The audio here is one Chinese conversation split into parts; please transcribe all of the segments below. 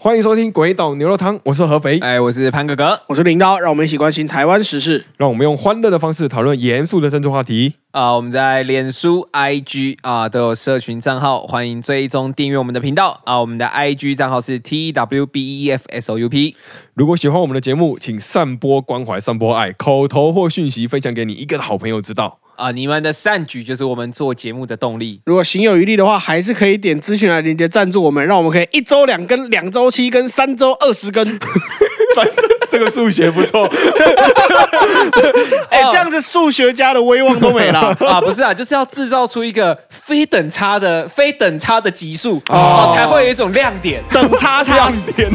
欢迎收听《鬼岛牛肉汤》，我是合肥，哎，我是潘哥哥。我是林刀，让我们一起关心台湾时事。让我们用欢乐的方式讨论严肃的政治话题。啊、我们在脸书、IG 啊、都有社群账号，欢迎追踪订阅我们的频道啊、我们的 IG 账号是 T W B E F S O U P。如果喜欢我们的节目，请散播关怀、散播爱，口头或讯息分享给你一个的好朋友知 道。啊、你们的善举就是我们做节目的动力。如果行有余力的话，还是可以点资讯来连接赞助我们，让我们可以一周两根、两周七根、三周二十根。 反正这个数学不错，哦哎、这样子数学家的威望都没了。 啊，不是啊，就是要制造出一个非等差的非等差的级数啊、才会有一种亮点。等叉叉，亮点。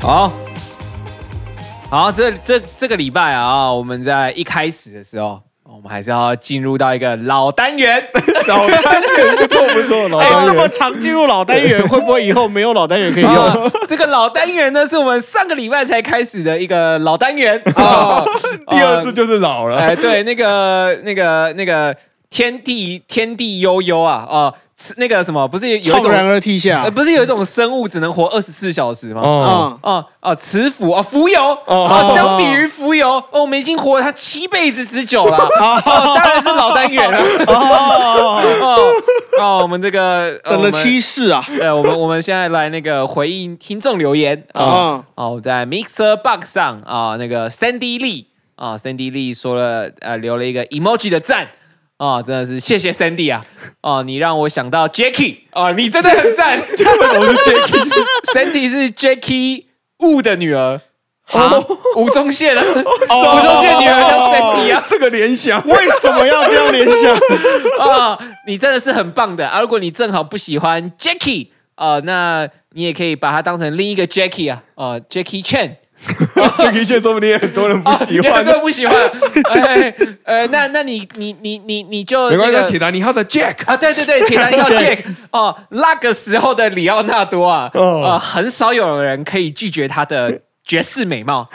好，好，这这这个礼拜啊，我们在一开始的时候，我们还是要进入到一个老单元。老单元不错不错，老 哎、单这么元。。长进入老单元，会不会以后没有老单元可以用？啊，这个老单元呢，是我们上个礼拜才开始的一个老单元啊哦第二次就是老呃，了，哎，对，那个、那个、那个天地天地悠悠啊，哦、吃那个什么，不是有一怅种然而涕下呃，。不是有一种生物只能活二十四小时吗？哦，嗯，哦哦，雌腐哦，蜉蝣哦哦，相比于蜉蝣哦，我们已经活了它七辈子之久了， 哦，当然是老单元了，哦，哦哦，我们这个呃等了我们七世啊。对，我们我们现在来那个回应听众留言啊、嗯哦，我在 Mixer Box 上啊、那个 Sandy Lee 啊、s a n d y Lee 说了呃留了一个 emoji 的赞啊、真的是谢谢 Sandy 啊哦、你让我想到 Jackie 啊、哦你真的很赞为什么是 Jacky？ ，Sandy 是 Jackie Wu 的女儿。啊，哦吴宗宪 啊，吴宗宪女儿叫 Sandy 啊，这个联想，为什么要这样联想？ 啊，你真的是很棒的啊！如果你正好不喜欢 Jackie 啊、那你也可以把它当成另一个 Jackie 啊，呃，Jackie Chan， Jacky 却说不定很多人不喜啊欢哦 你有没。有不喜欢，哎，呃，那那你你你你你就、没那关系，个那铁达尼号的 Jack 啊，对对对，铁达尼 号 Jack Jack 哦，那个时候的里奥纳多啊，哦呃，很少有人可以拒绝他的绝世美貌，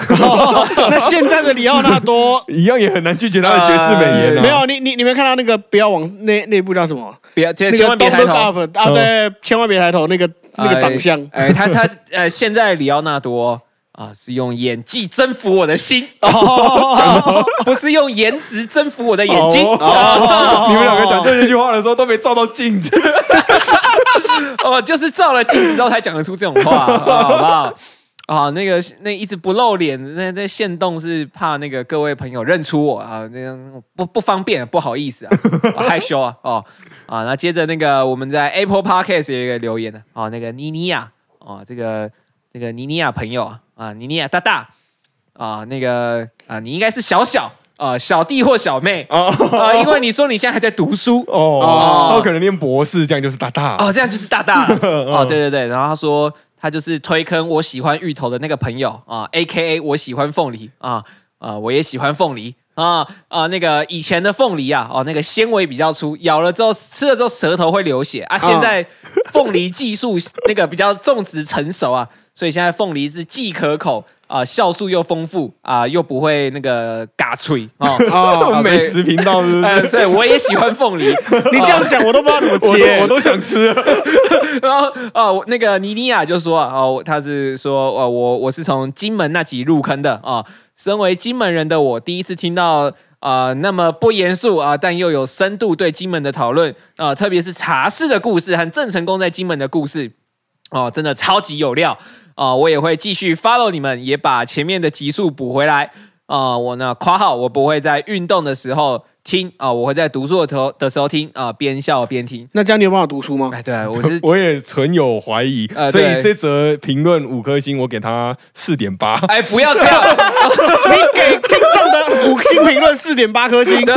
那现在的里奥纳 多。一样也很难拒绝他的绝世美呃颜啊。没哦有，你你你没看到那个不要往那那部叫什么？别千那千个万别 Don't 抬 Look 头。 Up 啊，对，千万别抬头那个那个长相。哎、哎他他呃，现在里奥纳多啊、是用演技征服我的心， 哦、不是用颜值征服我的眼睛。哦哦你们两个讲这句话的时候都没照到镜子。 哦，就是照了镜子之后才讲得出这种话，哦好不好？啊、那个那一直不露脸，那那线动是怕那个各位朋友认出我啊，那样不不方便，不好意思啊，啊害羞啊，哦啊，那接着那个我们在 Apple Podcast 有一个留言呢，哦，那个妮妮亚，哦，这个这个妮妮亚朋友啊，啊，妮妮亚大大啊，那个啊，你应该是小小啊，小弟或小妹啊，因为你说你现在还在读书，哦，他有可能念博士，这样就是大大。哦，这样就是大大了哦，对对对，然后他说他就是推坑我喜欢芋头的那个朋友啊，A K A 我喜欢凤梨啊啊，我也喜欢凤梨啊啊，那个以前的凤梨啊，哦，那个纤维比较粗，咬了之后吃了之后舌头会流血啊，现在凤梨技术 那个比较种植成熟啊，所以现在凤梨是既可口。啊，酵素又丰富啊，又不会那个嘎脆哦哦哦，所以美食频道是不呃，是？所以我也喜欢凤梨。你这样讲我都不知道怎么我接都。我都想吃了。 然后啊、我那个妮妮亚就说啊哦，她是说哦，我我是从金门那集入坑的啊、身为金门人的我，第一次听到啊、那么不严肃啊、但又有深度对金门的讨论啊、特别是茶室的故事和郑成功在金门的故事哦、真的超级有料啊、我也会继续 follow 你们，也把前面的集数补回来啊、我呢，括号我不会在运动的时候听啊、我会在读书的时候的时候听啊、边笑边听。那这样你有办法读书吗？哎，对啊，我是我也存有怀疑，呃所以对这则评论五颗星，我给他四点八。 哎，不要这样，你给听众的五星评论四点八颗星，对，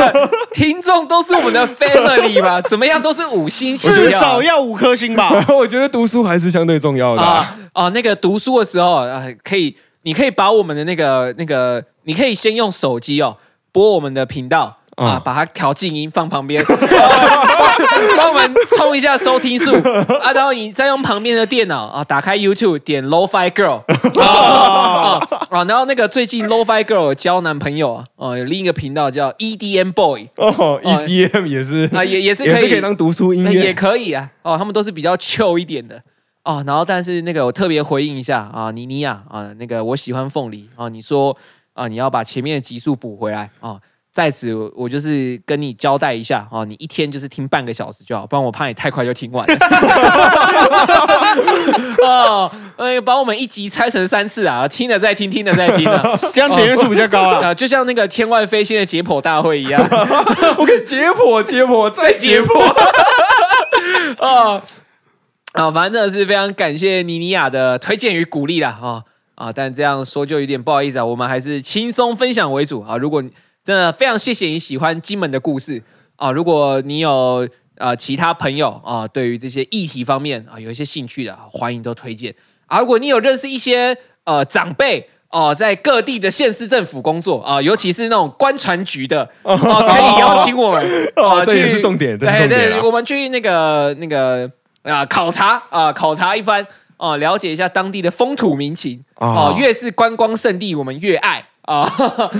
听众都是我们的 family 嘛，怎么样都是五星起至跳少要五颗星吧。我觉得读书还是相对重要的啊。啊啊！那个读书的时候，啊，可以，你可以把我们的那个那个，你可以先用手机哦播我们的频道嗯啊，把它调静音放旁边， 帮帮我们冲一下收听数啊。然后你再用旁边的电脑啊，打开 YouTube 点 LoFi Girl 啊啊啊，然后那个最近 LoFi Girl 有交男朋友啊，哦，有另一个频道叫 EDM Boy 哦，EDM 也是 啊，也也是也可是以可以当读书音那也乐，可以啊。哦，他们都是比较 chill 一点的哦。然后，但是那个我特别回应一下啊，妮妮啊啊，那个我喜欢凤梨啊，你说啊，你要把前面的集数补回来啊。在此，我我就是跟你交代一下啊，你一天就是听半个小时就好，不然我怕你太快就听完了。 哦，呃，把我们一集拆成三次啊，听了再听，听了再 听啊，这样点阅数比较高了。啊，就像那个天外飞仙的解剖大会一样。我可以解剖解剖再解剖。 哦，啊，反正真的是非常感谢妮妮亚的推荐与鼓励啦，哈、啊，但这样说就有点不好意思啊，我们还是轻松分享为主啊。如果你真的非常谢谢你喜欢金门的故事啊，如果你有呃其他朋友啊，对于这些议题方面啊有一些兴趣的，啊欢迎都推荐啊。如果你有认识一些呃长辈。哦，在各地的县市政府工作啊、尤其是那种官船局的哦、可以邀请我们哦啊这也去是重点这是对重点对啊，我们去那个那个啊、考察啊、考察一番哦、了解一下当地的风土民情哦、哦越是观光胜地，我们越爱啊 啊、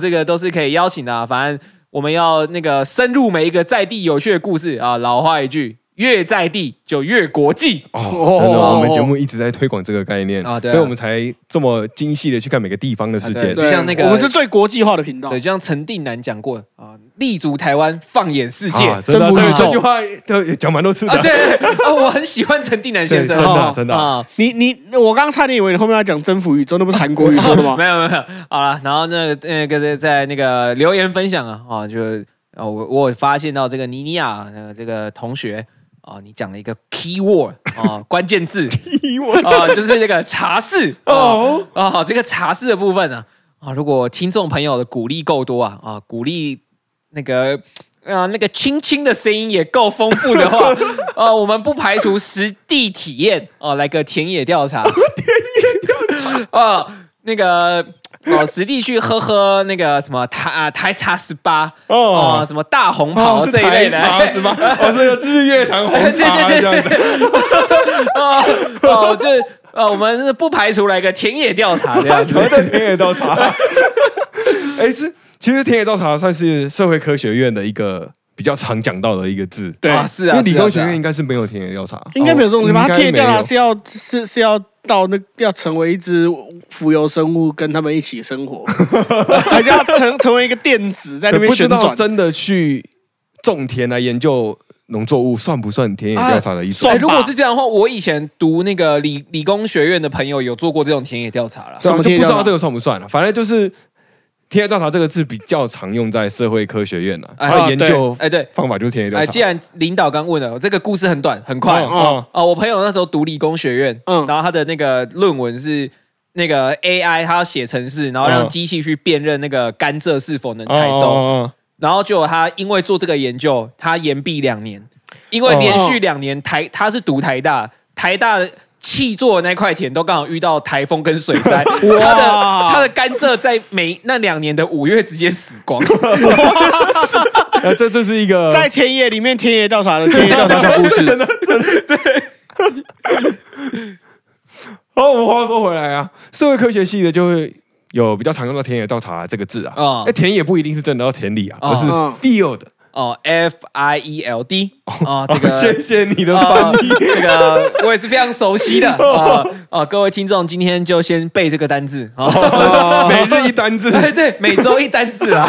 这个都是可以邀请的、啊，反正我们要那个深入每一个在地有趣的故事啊、老话一句，越在地就越国际。哦，真的，我们节目一直在推广这个概念啊对啊所以我们才这么精细的去看每个地方的事啊件。对就像那个我们是最国际化的频道对，，就像陈定南讲过啊，立足台湾，放眼世界。啊真的真不这个错这句话呃讲蛮多次的啊，，对对 对，啊，我很喜欢陈定南先对生，真的哦真的啊，你你我刚差点以为你后面要讲征服宇宙，那不是韩国语说的吗？没有没有没有，好了，然后那个那个在在那个留言分享啊，啊，就哦，我我有发现到这个妮妮亚那个这个同学啊，你讲了一个 keyword 啊，关键字 keyword 啊，就是这个茶室哦啊，这个茶室的部分呢啊，如果听众朋友的鼓励够多啊啊，鼓励那个。啊，那个轻轻的声音也够丰富 的话，呃，我们不排除实地体验哦、来个田野调查， 哦，那个哦，实地去喝喝那个什么台啊台茶十八哦哦，什么大红袍是这一类的，台茶是 吧？ 哦，是日月潭红茶对对对这样子。哦哦，就是呃，我们是不排除来个田野调查这样子。对对，田野调查。 哎，是，其实田野调查算是社会科学院的一个比较常讲到的一个字。对啊，是因啊，为理是啊工学院是应啊该是没有田野调查，应该没有这种东西哦吧？应它该啊田野调没查有是要是是要到那要成为一只浮游生物，跟他们一起 生活，还是要成成为一个电子在那对边不知旋道转？真的去种田来研究农作物算不算田野调查的一种哎，算？如果是这样的话，我以前读那个理理工学院的朋友有做过这种田野调查了。对啊什么就田野不知调查道这个算不算了。啊反正就是田野调查这个字比较常用在社会科学院了，啊哎它的研究哎，对，方法就是田野调哎，查既。然领导刚问了，这个故事很短很快哦哦哦，我朋友那时候读理工学院，嗯然后他的那个论文是那个 AI，他要写程式，然后让嗯机器去辨认那个甘蔗是否能哦采收，哦 然后就他因为做这个研究，他延毕两年，因为连续两年台他是读台大，台大。气作的那块田都刚好遇到台风跟水灾，他的他的甘蔗在每那两年的五月直接死 光，哦呃这这是一个在田野里面田野调查的田野 调查小故事， 哦，我话说回来啊，社会科学系的就会有比较常用到田野调查这个字啊。那、哦田野不一定是真的到田里啊，哦而是 field。哦，F I E L D 啊，这个哦谢谢你的翻啊，译。这个我也是非常熟悉的啊啊！各位听众，今天就先背这个单字啊， 哦每日一单字。 对对，每周一单字 啊，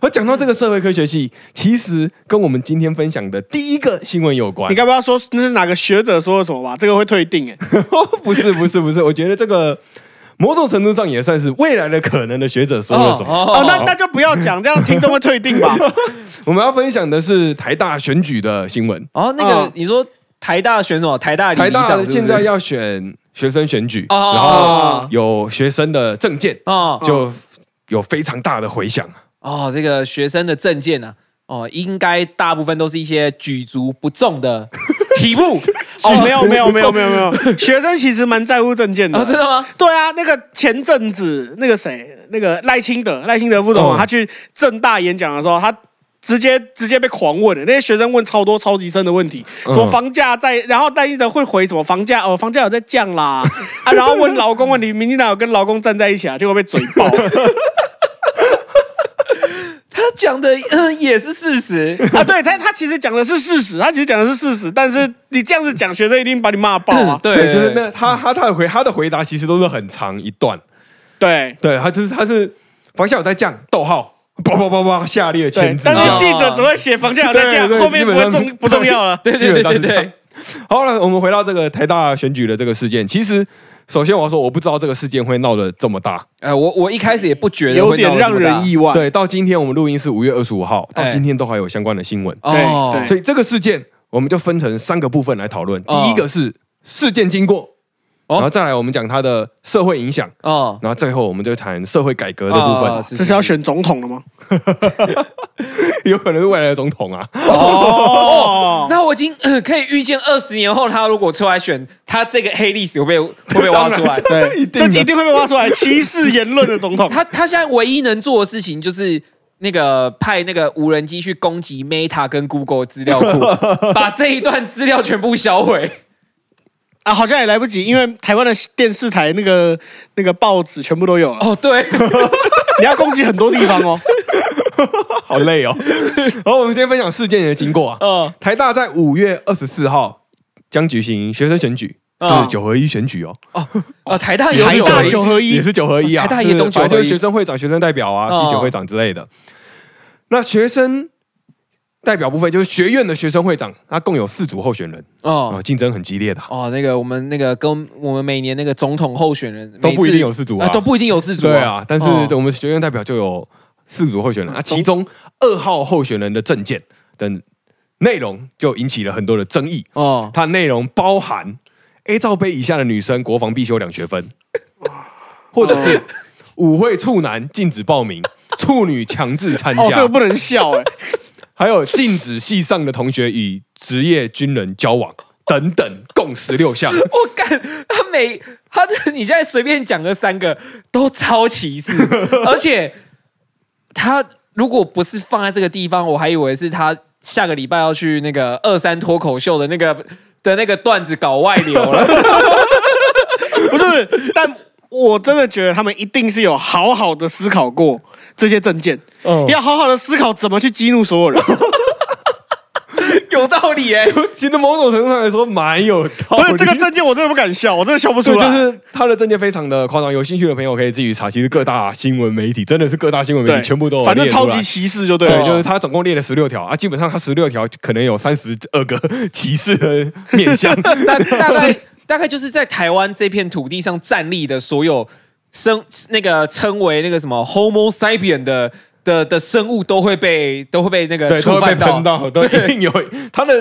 我讲到这个社会科学系，其实跟我们今天分享的第一个新闻有关你。该不要说那是哪个学者说的什么吧？这个会退订哎，不是不是不是，我觉得这个某种程度上也算是未来的可能的学者说了什么。哦，那那就不要讲，这样听众会退订 吧？我们要分享的是台大选举的新闻。哦，那个哦你说台大选什么？台大理台事长大是不是现在要选学生选举，哦然后有学生的证件，哦就有非常大的回响。哦，这个学生的证 件啊，哦，应该大部分都是一些举足不重的 题目哦，没有没有没有没有没有，学生其实蛮在乎证件的哦，。真的吗？对啊，那个前阵子那个谁，那个赖清德，赖清德副总，啊哦嗯他去正大演讲的时候，他。直接直接被狂问的，那些学生问超多超级深的问题，嗯什么房价在，然后赖清德会回什么房价哦，房价有在降 啦啊，然后问劳工问题，民进党有跟劳工站在一起啊，结果被嘴 爆，他讲的嗯也是事实。。啊，对他他其实讲的是事实，他其实讲的是事实，但是你这样子讲，学生一定把你骂爆啊嗯对，对，就是对那他他他的回他的回答其实都是很长一段，对对他就是他是房价有在降，逗号，叭叭叭叭下列对签，字，哦但这样是记者只会写房价有在降对，对后面不会基本上重不重要了。对对对对基本上是对，好了，我们回到这个台大选举的这个事件，其实首先我要说，我不知道这个事件会闹得这么大。呃，我我一开始也不觉得有会闹点得这让么大人意外。对，到今天我们录音是五月二十五号，到哎今天都还有相关的新闻，哦对，所以这个事件我们就分成三个部分来讨论。哦第一个是事件经过，哦然后再来我们讲它的社会影响，哦，然后最后我们就谈社会改革的部分，哦这是要选总统了吗？ 有可能是未来的总统啊。哦，那我已经、呃可以预见，二十年后他如果出来选，他这个黑历史会被会被挖出 来。 对，一定这的一定会被挖出来歧视言论的总统。他他现在唯一能做的事情就是那个派那个无人机去攻击 Meta 跟 Google 资 料库，把这一段资料全部销毁。 啊，好像也来不及，因为台湾的电视台那个那个报纸全部都有了。哦， 对，你要攻击很多地方 哦。好累 哦。然后我们先分享事件的经过啊。嗯，台大在五月二十四号将举行学生选举，哦是九合一选举哦，哦，台大有台大九九零合也一，是九合一啊，台大也懂就是反正九合就一是学生会长、学生代表啊、哦系学会长之类的。那学生代表部分就是学院的学生会长，他共有四组候选人哦啊，竞争很激烈的啊，哦，那个我们那个跟我们每年那个总统候选人都不一定有四四组啊、啊，都不一定有四组对啊。但是哦我们学院代表就有四组候选人啊，其中二号候选人的证件等内容就引起了很多的争议。哦它的内容包含 A 罩杯以下的女生国防必修两学分，或者哦是舞会处男禁止报 名，处女强制参哦，这加个，不能笑哎。还有禁止系上的同学与职业军人交往等等，共十六项。我干，他每他这你现在随便讲个三个都超 歧视，而且他如果不是放在这个地方，我还以为是他下个礼拜要去那个二三脱口秀的那个的那个段子搞外 流了。不是，但我真的觉得他们一定是有好好的思考过这些证件，嗯，要好好的思考怎么去激怒所有 人。有道理 哎、其实某种程度上来说蛮有道不理。是这个证件，哦我真的不啊敢笑，我真的笑不出对，来。就是他的证件非常的夸张，有兴趣的朋友可以自己查。其实各大新闻媒体真的是各大新闻媒对，体全部都有反正列出超来级歧视就对了。对，就是他总共列了十六条啊，基本上他十六条可能有三十二个歧视的面向。大大概大概就是在台湾这片土地上站立的所有生那个称为那个什么 Homo sapien 的的的生物都会被都会被那个 对，触都会被犯喷到，都一定有他的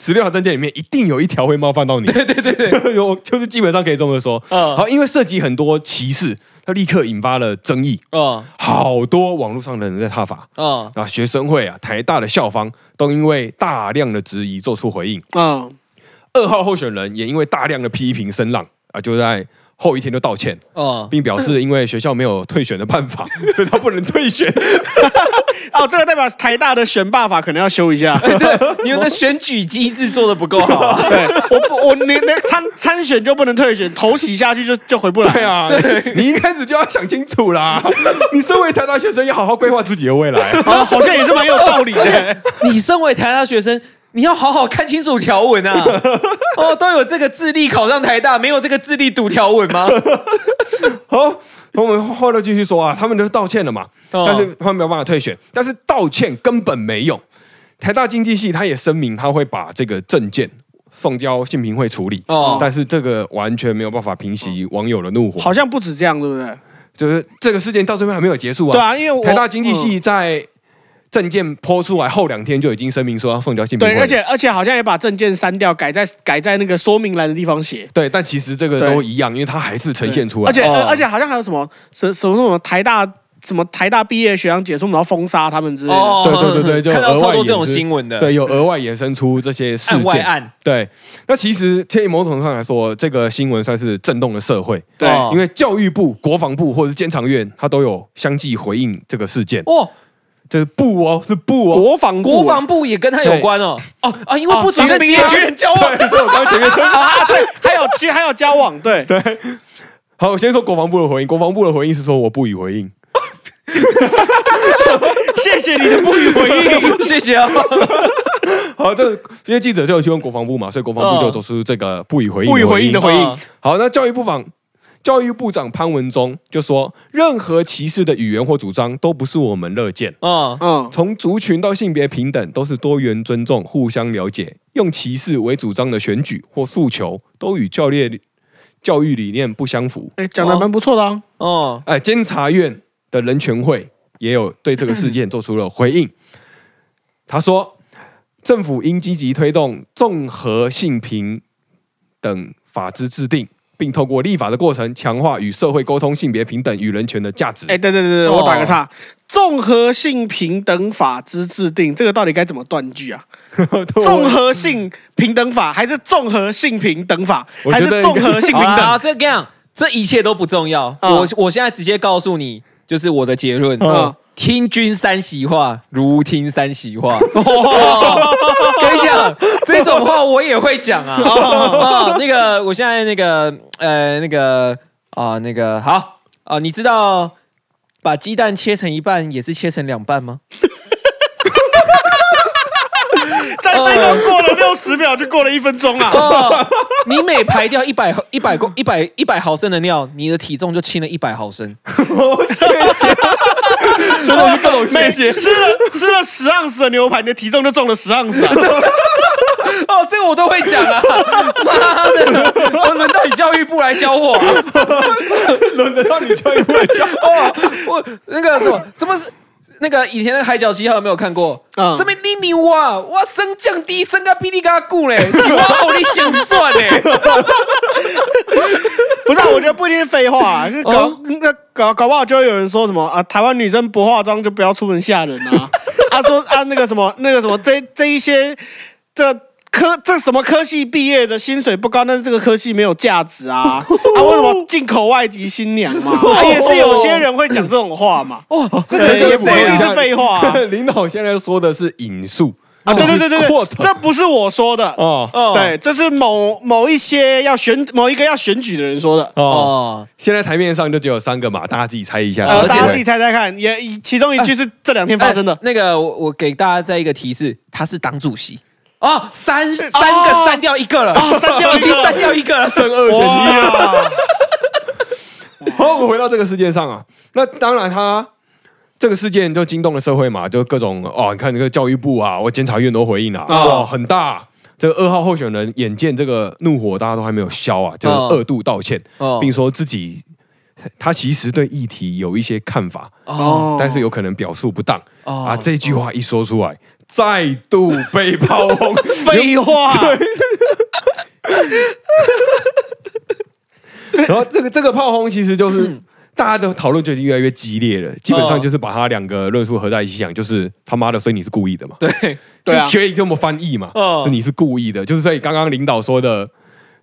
十六条证件里面一定有一条会冒犯到你。 对对对，有就是基本上可以这么说。嗯好，因为涉及很多歧视，它立刻引发了争议，嗯好多网络上的人在挞伐。嗯，啊，学生会啊，台大的校方都因为大量的质疑做出回应，嗯，二号候选人也因为大量的批评声浪啊，就在后一天就道歉。哦，并表示因为学校没有退选的办法， 所以他不能退选。哦，这个代表台大的选罢法可能要修一下。对，你们的选举机制做的不够好、啊。对，我不，我你那参参选就不能退选，头洗下去就就回不来。对，啊，你一开始就要想清楚啦。你身为台大学生，要好好规划自己的未来。啊，好像也是蛮有道理的。 你身为台大学生，你要好好看清楚条文啊！哦，都有这个智力考上台大，没有这个智力读条文吗？好，我们后来继续说啊，他们都道歉了嘛，哦但是他们没有办法退选，但是道歉根本没用。台大经济系他也声明，他会把这个证件送交信评会处理。哦但是这个完全没有办法平息网友的怒火，好像不止这样，对不对？就是这个事件到这边还没有结束啊。对啊，因为哦我台大经济系嗯在证件泼出来后两天就已经声明说要送交信评会对，了，而且而且好像也把证件删掉，改在改在那个说明栏的地方写。对，但其实这个对都一样，因为它还是呈现出来。而且、哦而且好像还有什么什什么什么台大什么台大毕业的学长姐说我们要封杀他们之类的。哦对对对对就看到额外超多衍这种生新闻的，对，有额外延伸出这些事案外件。案，对，那其实天以某种程度上来说，这个新闻算是震动了社会，对哦因为教育部、国防部或者是监察院，它都有相继回应这个事件。哦，就是不哦，是不哦，国防部国防部也跟他有关哦，哦啊，因为哦不准跟兵职业啊军人交 往，对，所以我刚刚前面推。啊，对，还有居还有交往，对，好，我先说国防部的回应。国防部的回应是说我不予回应。谢谢你的不予回应。 谢谢啊，好，这因为记者就有去问国防部嘛，所以国防部就嗯走出这个不予回应、不予回应的回应嗯，好，那教育部长教育部长潘文忠就说，任何歧视的语言或主张都不是我们乐见。嗯，嗯，从族群到性别平等，都是多元尊重、互相了解。用歧视为主张的选举或诉求，都与教练教育理念不相符。哎，讲的蛮不错的啊。哦，哎，监察院的人权会也有对这个事件做出了回应。他说，政府应积极推动综合性平等法制制定，并透过立法的过程，强化与社会沟通性别平等与人权的价值。哎，对对对对，我打哦个岔。综合性平等法之制定，这个到底该怎么断 句啊？综合性平等法还是综合性平等法，我还觉是得综合性平好啊，等？这个样，这一切都不重要，嗯我我现在直接告诉你，就是我的结论，嗯听君三席话，如听三席 话。哦跟你讲，这种话我也会讲啊。嗯哦，那个，我现在那个，呃，那个，啊、那个，好啊、你知道把鸡蛋切成一半也是切成两半吗？ 在非洲过了六十秒，就过了一分钟啊！ 哦，你每排掉一百一百公一百一百毫升的尿，你的体重就轻了一百毫 升。真的是各种 谢谢。吃了吃了十盎司的牛排，你的体重就重了十盎司啊！哦，这个我都会讲啊！妈的，我轮到你教育部来教我、啊。轮得到你教育部来教？哦，我那个什么什么是那个以前的《海角七号》有没有看过？嗯什么你牛啊，我升降低升个比你欸嘎固嘞，喜欢好你先算欸嘞。 不是啊、我觉得不一定是废话、啊，是搞、哦那搞搞不好就会有人说什么啊，台湾女生不化妆就不要出门吓人啊，啊说啊那个什么那个什么这这一些这科这什么科系毕业的薪水不高，但是这个科系没有价值啊，啊为什么进口外籍新娘嘛、啊也是有些人会讲这种话嘛，哇，哦这个对人也是不一谁定哦啊？是废话啊 领导现在说的是引述啊对对对对对， quote 这不是我说的，哦哦对，这是某某一些要选某一个要选举的人说的。哦，哦，现在台面上就只有三个嘛，大家自己猜一下。呃，而且大家自己猜猜看，也其中一句是这两天 发生的哎。那个，我我给大家再一个提示，他是党主席。哦，三三哦个删掉一个了，删掉一已个经删掉一个 了。剩 二选一。哇！好，我们回到这个事件上啊，那当然他。这个事件就惊动了社会嘛，就各种哦，你看这个教育部啊，我监察院都回应了、啊，哦哇，很大、这个二号候选人眼见这个怒火大家都还没有消啊，就哦二度道歉，哦并说自己他其实对议题有一些看法，哦，但是有可能表述不当、哦啊。这句话一说出来，再度被炮 轰。废话， 然后这个这个炮轰其实就是大家的讨论就已经越来越激烈了，基本上就是把他两个论述合在一起讲，就是他妈的，所以你是故意的嘛？对，对啊就可以这么翻译嘛？哦是你是故意的，就是所以刚刚领导说的。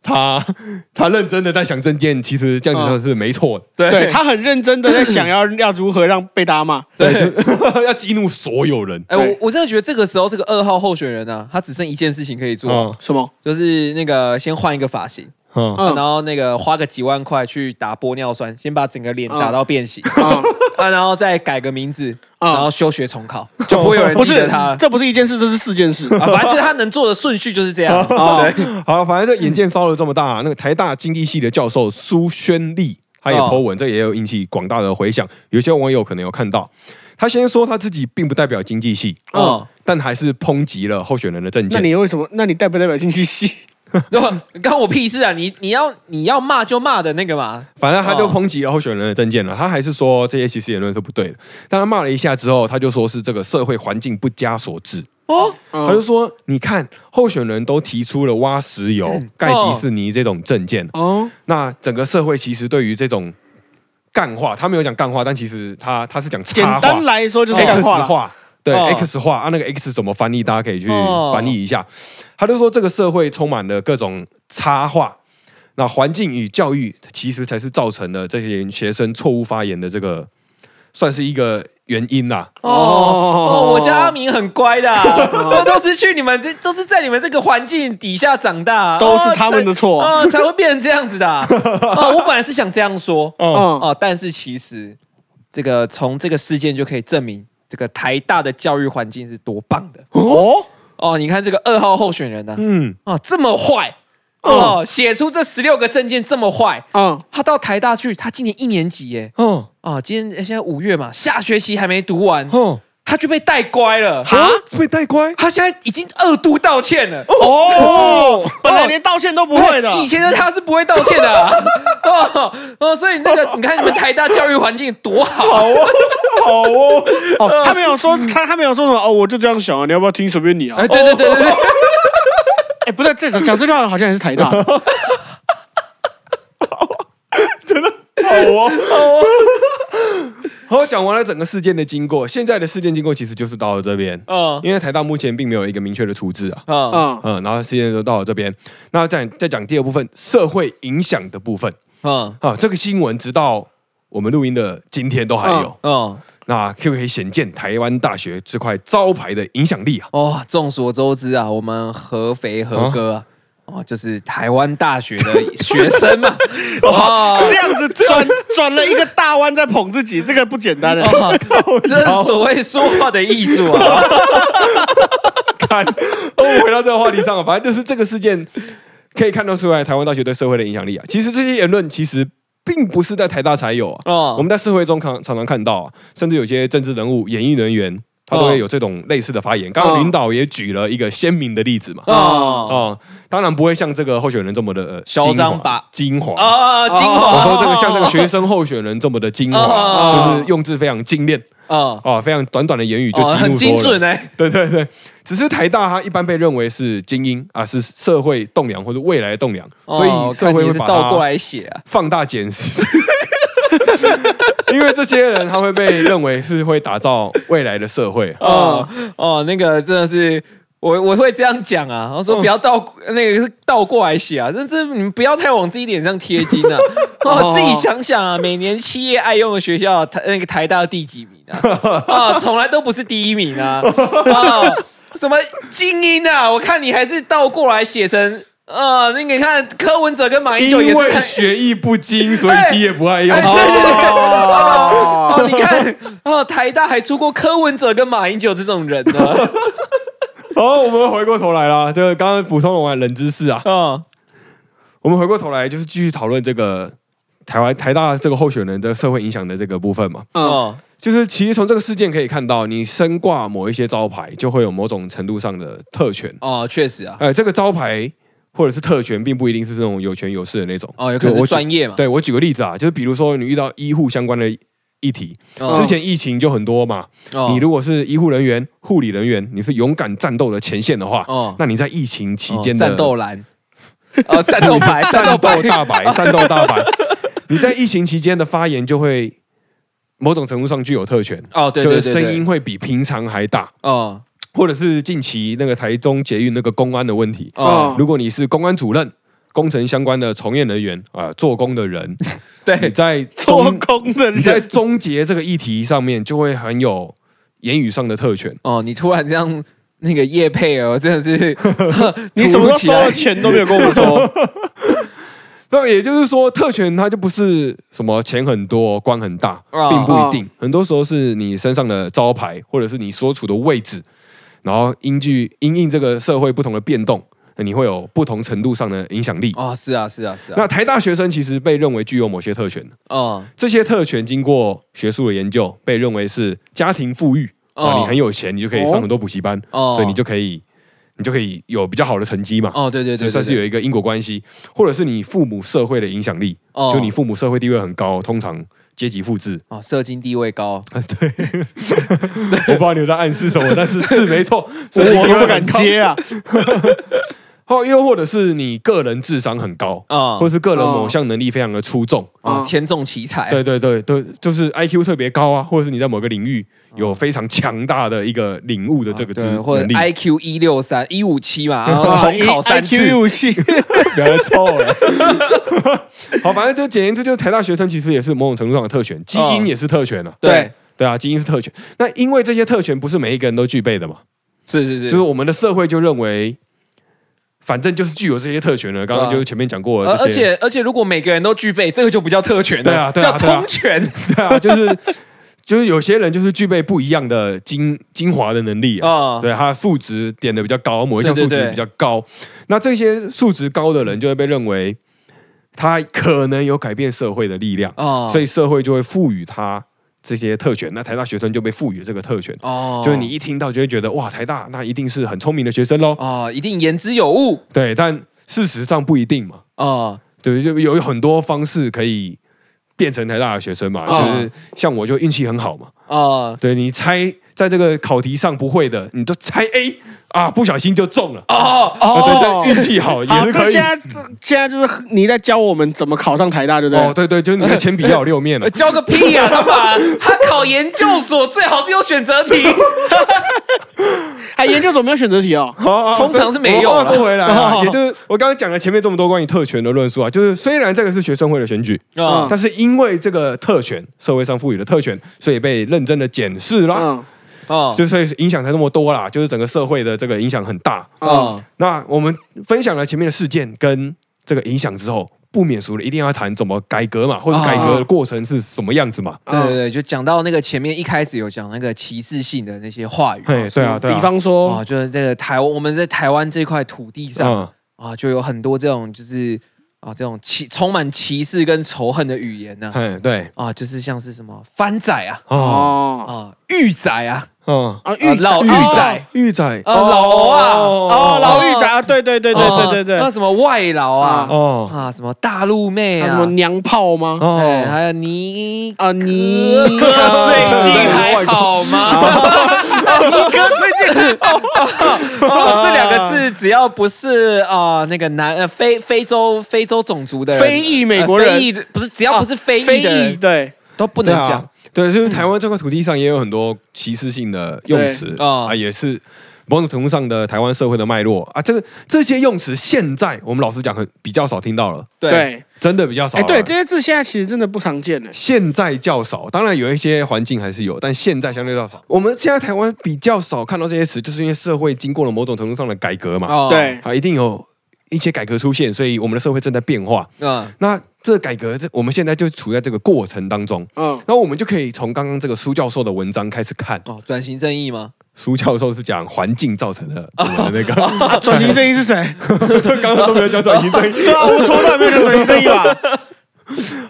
他 他认真的在想证件，其实这样子他是没错的，对对他很认真的在想要要如何让被大家骂。对， 要激怒所有人。哎，对我我真的觉得这个时候这个二号候选人呢，他只剩一件事情可以做，嗯什么？就是那个先换一个发型，嗯，啊然哦嗯后那个花个几万块去打玻尿酸，先把整个脸打到变形、啊， 啊，然后再改个名字，嗯然后休学重考，就不会有人不记是得他了，。这不是一件事，这是四件事。啊，反正就是他能做的顺序就是这样。啊对，好了，反正这眼见烧了这么大、那个台大经济系的教授苏轩丽，他也哦 Po 文，这也有引起广大的回响。有些网友可能有看到，他先说他自己并不代表经济系，哦，但还是抨击了候选人的政那见。你为什么？那你代不代表经济系？ 那关我屁事啊！你你要你要骂就骂的那个嘛，反正他就哦抨击了候选人的政见了，他还是说这些其实言论是不对的。但他骂了一下之后，他就说是这个社会环境不佳所致。哦，他就说：“你看，候选人都提出了挖石 哦油、盖迪士尼这种政见，哦，那整个社会其实对于这种干话，他没有讲干话，但其实他他是讲简插话单来说就是干 X 话啦。化，对、哦 X 化啊，那个 X 怎么翻译？大家可以去哦翻译一下。他就说这个社会充满了各种插话，那环境与教育其实才是造成了这些学生错误发言的这个，算是一个原因啦。哦哦，我家阿明很乖的、啊， 都都是去你们这，都是在你们这个环境底下长大、啊都是他们的错哦才哦才会变成这样子的 啊、哦，我本来是想这样说，哦，嗯，哦，但是其实这个从这个事件就可以证明，这个台大的教育环境是多棒的嗯哦，哦。你看这个二号候选人呢、嗯，啊，哦，这么坏哦，写出这十六个证件这么坏，嗯，他到台大去，他今年一年级耶，哦，啊，今天现在五月嘛，下学期还没读完，哦，他就被带乖了。啊，被带乖，他现在已经二度道歉了，哦，本来连道歉都不会的，以前的他是不会道歉 的、啊，哦哦，所以那个你看你们台大教育环境多好，好哦，哦，他没有说他他没有说什么哦，我就这样想啊，你要不要听随便你啊哎，？对对对对 对。哎，不对，这讲这句话的好像也是台 大，好哦，好，我讲完了整个事件的经过，现在的事件经过其实就是到了这边，哦嗯因为台大目前并没有一个明确的处置啊。嗯嗯嗯，然后事件就到了这边。那再再讲第二部分社会影响的部分嗯啊，这个新闻直到我们录音的今天都还有。嗯，那就可以显见台湾大学这块招牌的影响力啊。 哦，众所周知啊，我们合肥合歌啊。哦，就是台湾大学的学生 嘛，哦，这样子 转转了一个大弯在捧自己，这个不简单欸的。 哦这是所谓说话的艺术啊！看，我们回到这个话题上啊，反正就是这个事件可以看得出来台湾大学对社会的影响力啊。其实这些言论其实并不是在台大才有啊，哦我们在社会中常常常看到啊，甚至有些政治人物、演艺人员，他都会有这种类似的发言。刚刚哦领导也举了一个鲜明的例子嘛，哦哦，当然不会像这个候选人这么的呃嚣张吧精华。精华哦，精我华说这个像这个学生候选人这么的精哦华，就是用字非常精炼哦，啊，非常短短的言语就哦激很怒精多人准。哎，对对对，只是台大它一般被认为是精英啊，是社会栋梁或者未来的栋梁，所哦以社看会你会是把倒过它来写啊，放大检视。 因为这些人他会被认为是会打造未来的社会，哦哦，那个真的是。我我会这样讲啊，我说哦不要倒、那个是倒过来写啊，这这你们不要太往自己脸上贴金 啊，哦哦自己想想啊，每年企业爱用的学校台那个台大第几名 啊？啊、从来都不是第一名啊，啊，什么精英啊？我看你还是倒过来写成呃，那个你看柯文哲跟马英因九也是为台学艺不精，所以企业不爱用哎。对对对，哦哦，你看哦，台大还出过柯文哲跟马英九这种人呢， 好，我们回过头来啦，这个刚刚补充完冷知识啊，嗯。我们回过头来就是继续讨论这个台湾台大这个候选人的社会影响的这个部分嘛。嗯哦就是其实从这个事件可以看到，你身挂某一些招牌，就会有某种程度上的特权。哦，确实啊，呃，这个招牌或者是特权，并不一定是这种有权有势的那种。哦，有可能我是举专业嘛，对我举个例子啊，就是比如说你遇到医护相关的议题，哦嗯之前疫情就很多嘛。哦你如果是医护人员、护理人员，你是勇敢战斗的前线的话，哦那你在疫情期间哦的战 斗蓝，哦，战斗白，战斗战白斗，大白，战斗大白， 你在疫情期间的发言就会某种程度上具有特权。哦，对就对是对，声对音，会比平常还大，哦或者是近期那个台中捷运那个公安的问题。哦哦，如果你是公安主任、工程相关的从业人员啊、做工的 人，你对，在做中工的你在人，终结这个议题上面，就会很有言语上的特权。哦，你突然这样。那个叶佩哦，真 的是你什突么时候如其收来了钱都没有跟我说，那也就是说，特权它就不是什么钱很多、官很大，啊并不一定。很多时候是你身上的招牌，或者是你所处的位置，然后因据因应这个社会不同的变动，你会有不同程度上的影响力。 哦，是啊，是啊，是啊，那台大学生其实被认为具有某些特权，哦这些特权经过学术的研究，被认为是家庭富裕哦啊，你很有钱，你就可以上很多补习班，哦所以你就可以，你就可以有比较好的成绩嘛。哦，对对对，就对算是有对一个因果关系，或者是你父母社会的影响力，哦就你父母社会地位很高，通常阶级复 制。哦，社经地位高，嗯我 不知道你有在暗示什么，但是是没错，我社经地位都啊不很敢高接啊。或又或者是你个人智商很高，啊或是个人哦某项能力非常的出众，啊，天纵奇才，对对对对，就是 I Q 特别高啊，或者是你在某个领域有非常强大的一个领悟的这个知哦对，或者能力， I Q 一六三一五七嘛，然后哦重考三啊 IQ 次。武器，不要再凑了。 好，反正就简言之，就是台大学生其实也是某种程度上的特权，基哦因也是特权啊。对，对啊，基因是特权。那因为这些特权不是每一个人都具备的嘛，是是，就是是我们的社会就认为，反正就是具有这些特权了。刚刚就是前面讲过而的这啊而些，且而且，如果每个人都具备，这个就不叫特权了，对啊对啊叫对啊通权。 对啊，就是就是有些人就是具备不一样的精精华的能力啊。啊， 对，他的数值点的比较高，某一项对数对值对比较高，那这些数值高的人就会被认为他可能有改变社会的力量，哦所以社会就会赋予他这些特权。那台大学生就被赋予了这个特权，哦，就是你一听到就会觉得哇，台大那一定是很聪明的学生喽。哦，一定言之有物对，但事实上不一定嘛，哦，对，就有很多方式可以变成台大的学生嘛，哦就是像我就运气很好嘛。哦对你猜在这个考题上不会的，你就猜 A 啊，不小心就中了。哦啊对，哦，。这运气好也好，是可这以现。在这现在就是你在教我们怎么考上台大，对不对？哦，对对，就是你的铅笔要有六面了教个 屁呀！他妈，他考研究所最好是有选择 题，还研究所没有选择题哦。好好 通常是没有我啦话说回来啊，哦也 就是我刚刚讲了前面这么多关于特权的论述啊，就是虽然这个是学生会的选举，嗯啊但是因为这个特权，社会上赋予的特权，所以被认真的检视啦，嗯，哦就所以影响才那么多啦，就是整个社会的这个影响很大。嗯哦那我们分享了前面的事件跟这个影响之后，不免俗的一定要谈怎么改革嘛，或者改哦革的过程是什么样子嘛。对对对，就讲到那个前面一开始有讲那个歧视性的那些话语嘿，对啊，对啊，比方哦，说，就是这个台湾，我们在台湾这块土地上嗯，啊，就有很多这种就是啊这种歧充满歧视跟仇恨的语言呢嗯嘿，对，啊，就是像是什么番仔啊哦，哦，啊玉仔啊嗯，啊，玉老玉玉仔，哦仔玉仔，啊老欧啊哦，老哦玉仔，啊对对对对对对啊那对，什么外劳啊哦啊什么大陆妹还有什啊么，娘炮吗？哎还哦，有你啊，你哥哥最最近近还还好好啊吗？ 你哥最近哦，这两个字只要不是啊、呃那个南呃非非洲非洲种族的人非裔美国呃人啊非裔的不是只要不是非非裔的人、裔对，都不对能啊讲。，对，就是台湾这块土地上也有很多歧视性的用词对哦啊，也是。某种程度上的台湾社会的脉络啊，这个这些用词现在我们老实讲很比较少听到了，对对，真的比较少哎了。对，这些字现在其实真的不常见了。现在较少，当然有一些环境还是有，但现在相对较哦少。我们现在台湾比较少看到这些词，就是因为社会经过了某种程度上的改革嘛，哦对，啊，一定有一些改革出现，所以我们的社会正在变化。嗯那这改革，这我们现在就处在这个过程当中。嗯，那我们就可以从刚刚这个苏教授的文章开始看，哦，转型正义吗？苏教授是讲环境造成的我们的那个， 啊，转型正义是谁？刚刚都没有讲 哦转型正义。对啊，我从来没有讲转型正义 吧？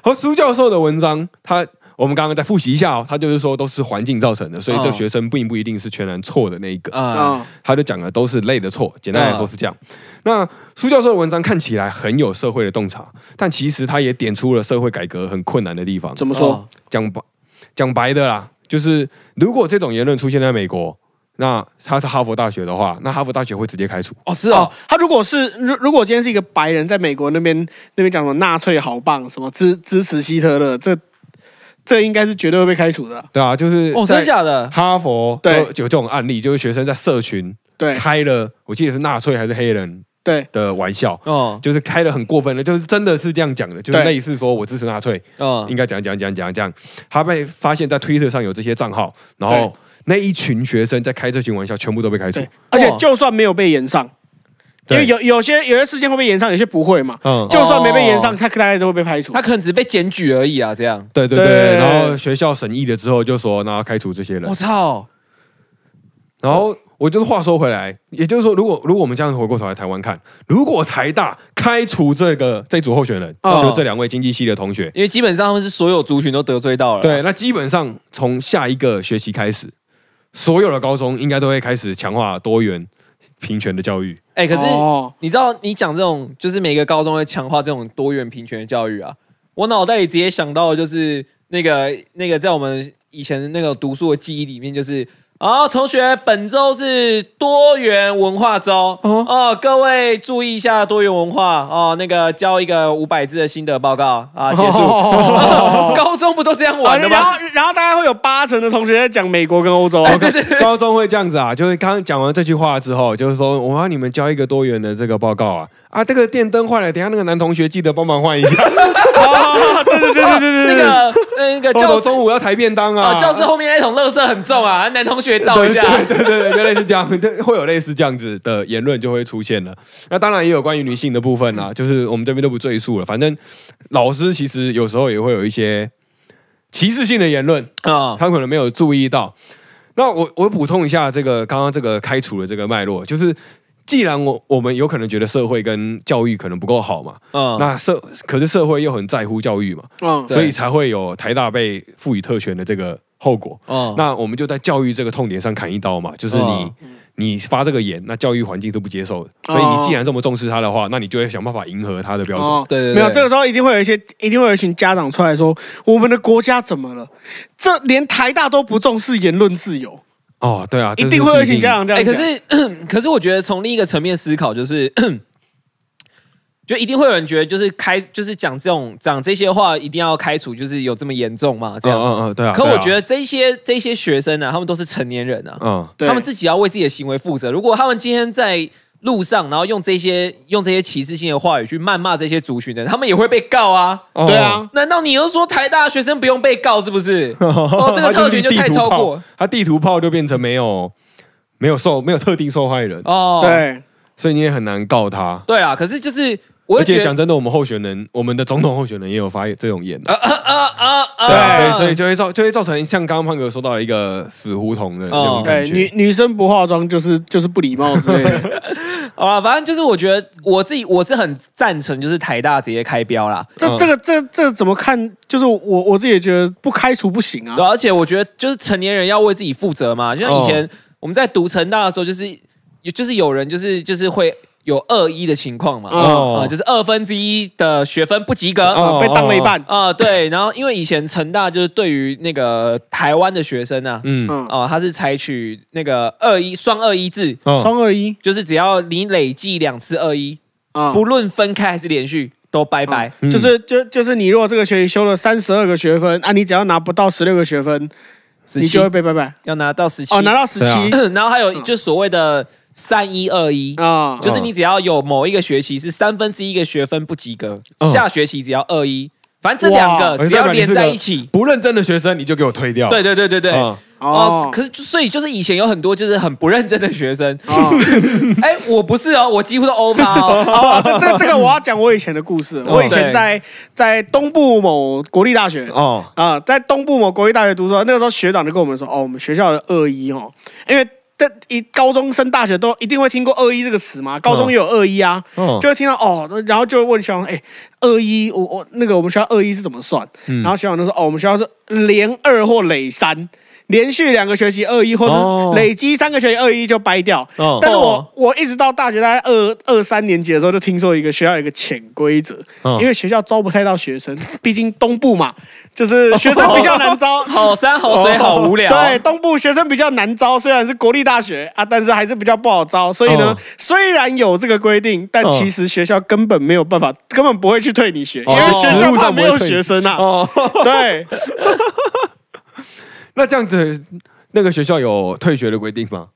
和苏教授的文章，他我们刚刚再复习一下哦，他就是说都是环境造成的，所以这哦学生并不一定是全然错的那一个。啊、嗯，他就讲的都是类的错，简单来说是这样。那苏教授的文章看起来很有社会的洞察，但其实他也点出了社会改革很困难的地方。怎么哦说？讲白讲白的啦，就是如果这种言论出现在美国，那他是哈佛大学的话，那哈佛大学会直接开除。哦是哦，他如果是如如果今天是一个白人在美国那边那边讲什么纳粹好棒，什么支支持希特勒，这这应该是绝对会被开除的啊。对啊，就是哦，真在的假的？哈佛都对有这种案例，就是学生在社群对开了，我记得是纳粹还是黑人对，的玩笑。哦就是开了很过分的，就是真的是这样讲的，就是对类似说我支持纳粹，哦应该讲讲讲讲讲，他被发现在推特上有这些账号，然后那一群学生在开这群玩笑，全部都被开除对。，而且就算没有被延上，因对，为有有些有些事件会被延上，有些不会嘛。嗯，就算没被延哦上，他大概都会被排除他。可能只被检举而已啊，这样。对对对对。然后学校审议了之后就说，那要开除这些我、人。操！然后我就是话说回来，也就是说，如果如果我们这样回过头来台湾看，如果台大开除这个这组候选人，哦就这两位经济系的同学，因为基本上他们是所有族群都得罪到了。对，那基本上从下一个学期开始，所有的高中应该都会开始强化多元平权的教 育。哎、可是哦你知道，你讲这种就是每个高中会强化这种多元平权的教育啊，我脑袋里直接想到的就是那个那个在我们以前那个读书的记忆里面，就是好，同学，本周是多元文化周哦哦各位注意一下多元文化哦。那个交一个五百字的心得报告啊，结束。哦 高中不都这样啊玩的然哎吗？后然后大概会有八成的同学在讲美国跟欧洲哎啊，对对，高中会这样子啊，就是刚刚讲完这句话之后，就是说我要你们交一个多元的这个报告啊啊，这个电灯坏了，等一下那个男同学记得帮忙换一下， 哦 对对对 那对对对对。个那个或者教室中午要抬便当啊、啊，教室后面那桶垃圾很重啊，男同学倒一下。对对对对对，就类似这样，对会有类似这样子的言论就会出现了。那当然也有关于女性的部分啦、就是我们这边都不赘述了。反正老师其实有时候也会有一些歧视性的言论，啊、他可能没有注意到。那我我补充一下这个刚刚这个开除的这个脉络，就是既然我我们有可能觉得社会跟教育可能不够好嘛，嗯那社可是社会又很在乎教育嘛，嗯，对所以才会有台大被赋予特权的这个后果。嗯哦那我们就在教育这个痛点上砍一刀嘛，就是你、哦你发这个言，那教育环境都不接受哦的，所以你既然这么重视他的话，那你就会想办法迎合他的标准。哦对对对没有这个时候一定会有一些，一定会有一群家长出来说，我们的国家怎么了？这连台大都不重视言论自由，哦，对啊，这一是定会有一群家长这哎、样可讲。是 可是我觉得从另一个层面思考，就是就一定会有人觉得，就是开就是讲这种讲这些话，一定要开除，就是有这么严重嘛？嗯这样。嗯嗯，对啊。可对啊我觉，得这些这些学生啊，他们都是成年人啊，嗯，对他们自己要为自己的行为负责。如果他们今天在路上，然后用这些用这些歧视性的话语去谩骂这些族群的人，他们也会被告啊。哦对啊，难道你又说台大学生不用被告是不 是？哦，这他个就特权是就地太图超炮过，他地图炮就变成没有没有受没有特定受害人，哦。对，所以你也很难告他。对啊，可是就是我而会觉且得讲真的，我们候选人，我们的总统候选人也有发这种 言的，啊啊啊！对啊，所以所以就会造就会造成像刚刚胖哥说到的一个死胡同的那种哦感对，觉。女女生不化妆就是就是不礼貌之类的。 好啊，反正就是我觉得我自己我是很赞成，就是台大直接开标啦。这嗯这个这这怎么看？就是我我自己也觉得不开除不行啊对，。而且我觉得就是成年人要为自己负责嘛。就像以前我们在读成大的时候，就是就是有人就是就是会有二一的情况嘛，哦啊，就是二分之一的学分不及哦格。啊，被当了一半。啊，对，然后因为以前成大就是对于那个台湾的学生啊，嗯，嗯，哦，他是采取那个二一双二一制，哦双二一就是只要你累计两次二一，啊，不论分开还是连续，都拜拜。嗯就是就就是你如果这个学期修了三十二个学分啊，你只要拿不到十六个学分，十嗯你七就会被拜拜。要拿到十七，哦，拿到十对啊七 然后还有就所谓的三一二一，啊，就是你只要有某一个学期是三分之一个学分不及格，嗯下学期只要二一，反正这两个哇只要连在一起。不认真的学生你就给我推掉。对对对对对，嗯哦哦，，可是就所以就是以前有很多就是很不认真的学生， 哦哎，我不是哦，我几乎都欧趴哦， 哦，这这这个我要讲我以前的故哦事。我以前在在东部某国立大学哦，啊、在东部某国立大学读书，那个时候学长就跟我们说，哦，我们学校的二一哦，因为这一高中升大学都一定会听过二一这个词嘛，高中也有二一啊，嗯就会听到哦，然后就会问学长，哎，二一，我我那个我们学校二一是怎么算？嗯然后学长就说，哦，我们学校是连二或累三。连续两个学期二一，或哦者累积三个学期二一就掰掉。哦但是哦。我我一直到大学大概二二三年级的时候，就听说一个学校有一个潜规则，嗯因为学校招不太到学生，毕竟东部嘛，哦就是学生比较难招 哦好山好水好无聊，对，东部学生比较难招，虽然是国立大学啊，但是还是比较不好招。所以呢哦，虽然有这个规定，但哦其实学校根本没有办法，根本不会去退你学，因哦为就学实校务怕上不没会有退学生啊。哦， 对，那这样子，那个学校有退学的规定吗？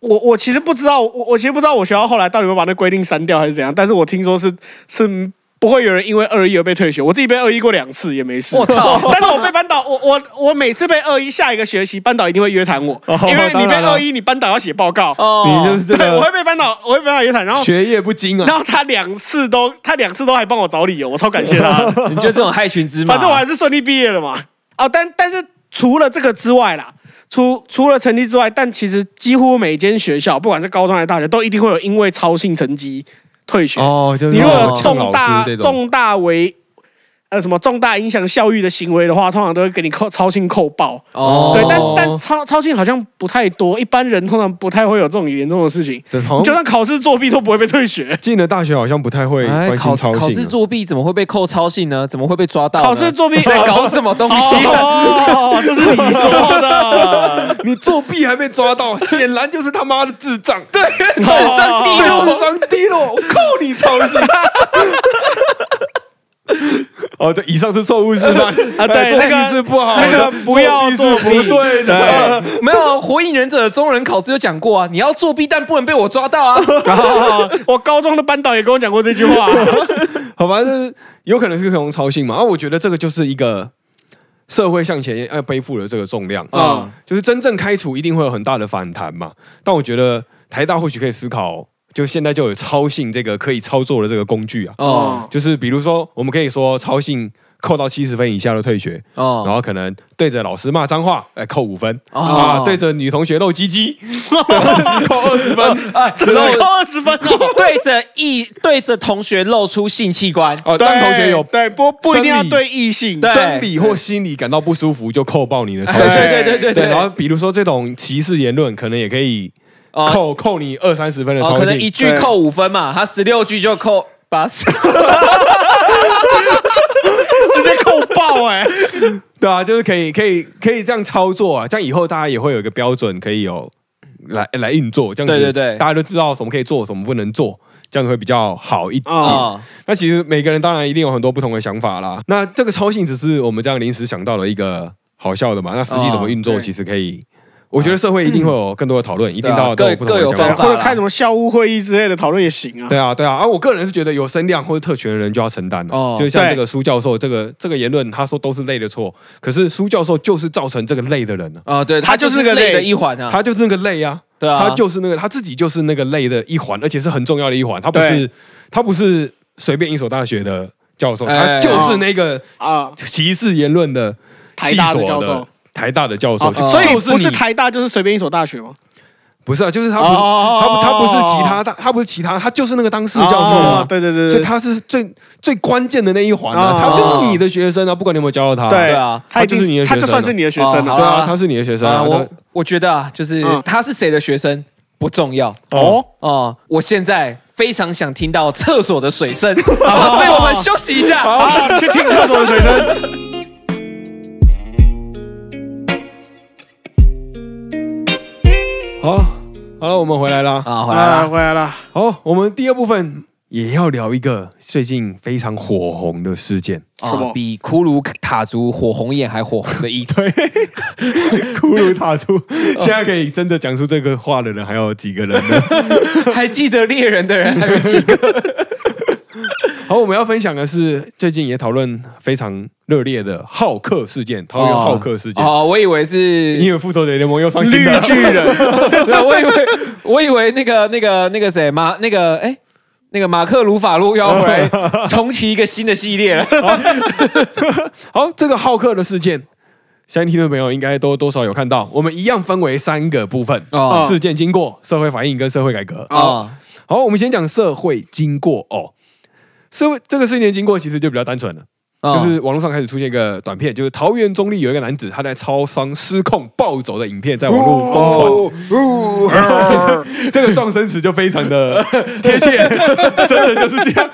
我我其实不知道，我我其实不知道我学校后来到底有没有把那规定删掉还是怎样，但是我听说是是不会有人因为二一而被退学，我自己被二一过两次也没事。我操但是我被班导，我我我每次被二一，下一个学期班导一定会约谈我，哦因为你当被然了二一，你班导要写报告，哦，你就是这 对，我会个被班导，我会被班导约谈，然后学业不精然啊。后他两次都他两次都还帮我找理由，我超感谢他 的。你就这种害群之马，反正我还是顺利毕业了嘛。哦，但但是除了这个之外啦，除除了成绩之外，但其实几乎每间学校，不管是高中还是大学，都一定会有因为超性成绩退学。哦，就是你如果那有种呛重老大师这种，重大违呃什么重大影响校誉的行为的话，通常都会给你扣超轻扣爆。哦，对，但但超超轻好像不太多，一般人通常不太会有这种严重的事情，对，好就像算考试作弊都不会被退学。进了大学好像不太会哎关考心试操考试性啊。作 弊怎么会被扣操性呢？怎么会被抓到呢？考试作弊在搞什么东西？ 哦，这是你说 的。你作弊还被抓到，显然就是他妈的智障，对，智商低对，智落。商低落，我扣你操性。 哦，对，以上是错误示范 啊对哎作那个弊是不好的，那个不作要弊是不作弊对的。哎对，没有《火影忍者》的中人考试有讲过啊，你要作弊，但不能被我抓到啊。哦 我高中的班导也跟我讲过这句话。好吧，这有可能是从操性嘛。啊，我觉得这个就是一个社会向前要背负的这个重量啊，啊啊，就是真正开除一定会有很大的反弹嘛。但我觉得台大或许可以思考，就现在就有操性这个可以操作的这个工具啊，哦就是比如说我们可以说操性扣到七十分以下的退学，然哦，后可能对着老师骂脏话，哎、扣五分、哦啊；对着女同学露鸡鸡，扣二十分。哎，只能露扣二十分哦。对着异对着同学露出性器官。哦， 当同学有对不不一定要生理对异性，对生理或心理感到不舒服，就扣爆你的操哎性。对对对对，然后比如说这种歧视言论，可能也可以哦扣扣你二三十分的哦，操可能性。一句扣五分嘛，他十六句就扣八十。直接扣爆哎。对啊，就是可以可以可以这样操作啊，这样以后大家也会有一个标准，可以有来来运作，这样子对对对大家都知道什么可以做，什么不能做，这样会比较好一点。哦哦那其实每个人当然一定有很多不同的想法啦。那这个操性只是我们这样临时想到了一个好笑的嘛，那实际怎么运哦作，对其实可以。我觉得社会一定会有更多的讨论，一定对啊到都有各不同各的有想法方法。或者开什么校务会议之类的讨论也行啊。对啊，对啊，而、我个人是觉得有声量或者特权的人就要承担了。哦就像对这个苏教授，这个这个言论，他说都是累的错，可是苏教授就是造成这个累的人啊，哦，对，他他就就是是个累的类一环啊。他就是那个累啊，对啊，他就是那个他自己就是那个累的一环，而且是很重要的一环。他不对是他不是随便一所大学的教授，他哎就是那个啊，歧视言论的台系大的所教的授台大的教授，哦就所以就是不你是台大就是随便一所大学吗？不是啊，就是他不是他不哦他不是其他大，他不是其他，他就是那个当事教授哦啊。对对对所以对，他是最最关键的那一环啊，哦他就是你的学生啊，不管你有没有教到他。对对啊他他一定就是你的学他生啊就算是你的学生哦了好对啦啊，他是你的学生啊啊，。我他我觉得啊，就是嗯他是谁的学生不重要哦。哦。我现在非常想听到厕所的水声，好所以我们休息一哦下。好，啊去听厕所的水声。好，好了，我们回来啦。啊，回来啊，了。回来了。好，我们第二部分也要聊一个最近非常火红的事 件。什么啊，比骷髅塔族火红眼还火红的一对骷髅塔出，现在可以真的讲出这个话的人还有几个人 呢？还记得猎人的人还有几个？好，我们要分享的是最近也讨论非常热烈的浩克事件，桃园浩克事件。哦，我以为 是因为复仇者联盟又上新绿的了巨人， 对， 我以为我以为那个那个那个谁马那个哎、那个马克鲁法路要回来重启一个新的系列了。好，这个浩克的事件，相信听众朋友应该都多少有看到。我们一样分为三个部分：哦事件经过、社会反应跟社会改革。哦好，我们先讲社会经过哦。社会这个事件经过其实就比较单纯了，哦就是网络上开始出现一个短片，就是桃园中立有一个男子他在超商失控暴走的影片在网络疯传，哦 这个撞声词就非常的贴切， 真的就是这样。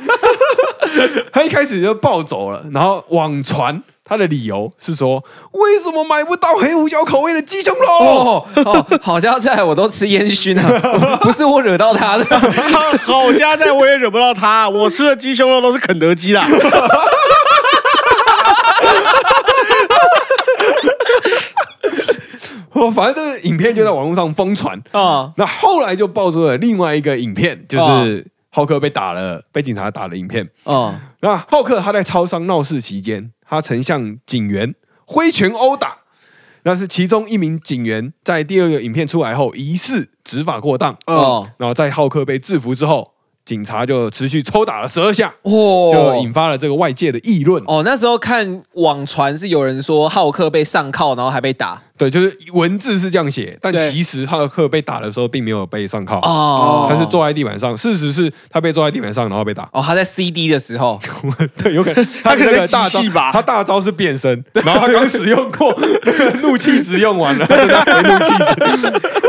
他一开始就暴走了，然后网传他的理由是说，为什么买不到黑胡椒口味的鸡胸肉？哦哦，好家在我都吃烟熏了， 不是我惹到他的。好好家在我也惹不到他，我吃的鸡胸肉都是肯德基 的。我、哦反正这个影片就在网络上疯传。哦那后来就爆出了另外一个影片，啊就是浩克被打了，被警察打的影片。哦那浩克他在超商闹事期间，他曾向警员挥拳殴打，那是其中一名警员在第二个影片出来后疑似执法过当，哦然后在浩克被制服之后，警察就持续抽打了十二下，就哦引发了这个外界的议论。哦，那时候看网传是有人说浩克被上铐，然后还被打对，就是文字是这样写，但对其实浩克被打的时候并没有被上铐，哦，他是坐在地板上。事实是他被坐在地板上，然后被打。哦，他在 CD 的时候，对，有可 能他可能那个机大招器吧他大招是变身，然后他刚使用 过那个怒气值用完了，他就拿回怒气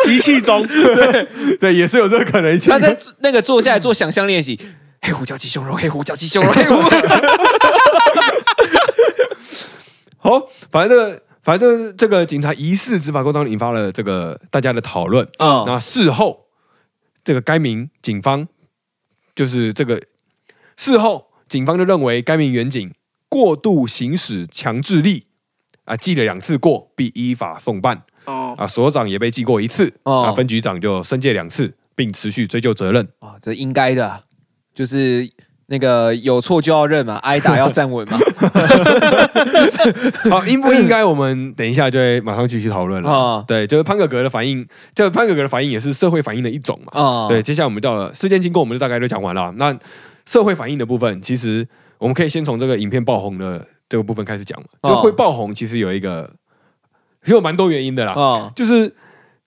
集气中，值， 对，也是有这个可能性他。在那个坐下来做想象练习， 黑胡椒鸡胸肉，黑胡椒鸡 胸肉，黑胡。好，反正这个反正这个警察疑似执法过程中引发了这个大家的讨论。嗯，那事后，这个该名警方就是这个事后，警方就认为该名员警过度行使强制力啊，记了两次过，必依法送办哦，啊。所长也被记过一次哦啊，分局长就申诫两次，并持续追究责任。 啊，这应该的，就是那个有错就要认 嘛，挨打要站稳嘛。好，应不应该我们等一下就会马上继续讨论了。哦对，就是潘哥哥的反应，就是潘哥哥的反应也是社会反应的一种嘛。啊，对，，接下来我们到了事件经过，我们就大概就讲完了。那社会反应的部分，其实我们可以先从这个影片爆红的这个部分开始讲嘛。哦就会爆红，其实有一个有蛮多原因的啦。哦，就是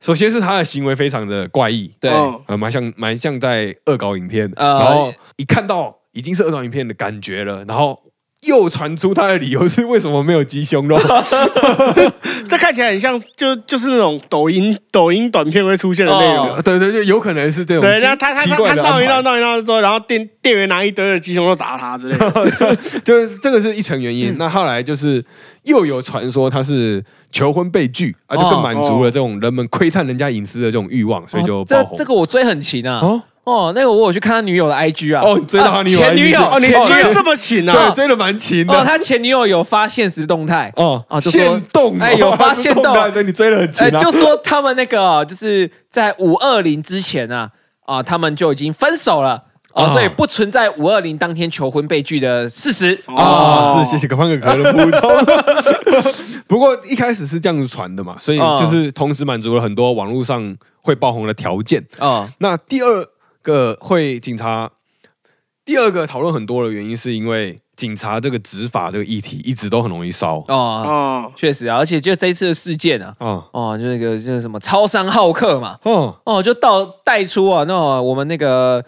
首先是他的行为非常的怪异，对，哦呃，蛮像蛮像在恶搞影片，呃然后一看到已经是恶搞影片的感觉了，然后。又传出他的理由是为什么没有鸡 胸肉？这看起来很像，就就是那种抖音抖音短片会出现的内容。哦 对对对，有可能是这哦种对，奇然后他他奇他怪他的闹一安排闹闹一闹之后，然后店店员拿一堆的鸡胸肉砸他之类的。就是这个是一层原嗯因。那后来就是又有传说他是求婚被拒啊，就更满足了这种人们窥探人家隐私的这种欲望，所以就哦哦爆这红这。个我追很勤啊。哦，哦，那个我有去看他女友的 IG 啊。哦你追到他女友啊前女 IG 友，哦，你前女追友这么勤啊对，？追的蛮勤哦，的。他前女友有发现实动态，哦哦就说限动哎有发现动对，你追的很勤哎，啊。就说他们那个就是在五二零之前啊，啊，他们就已经分手了。哦，哦所以不存在五二零当天求婚被拒的事实啊、哦是谢谢可方可可的补充。不过一开始是这样子传的嘛，所以就是同时满足了很多网络上会爆红的条件。哦，那第二个会警察，第二个讨论很多的原因，是因为警察这个执法这个议题一直都很容易烧哦，哦，确实啊，而且就这一次的事件啊，啊，哦，就那个就是什么超商浩克嘛，哦，哦，就到带出啊，那种我们那个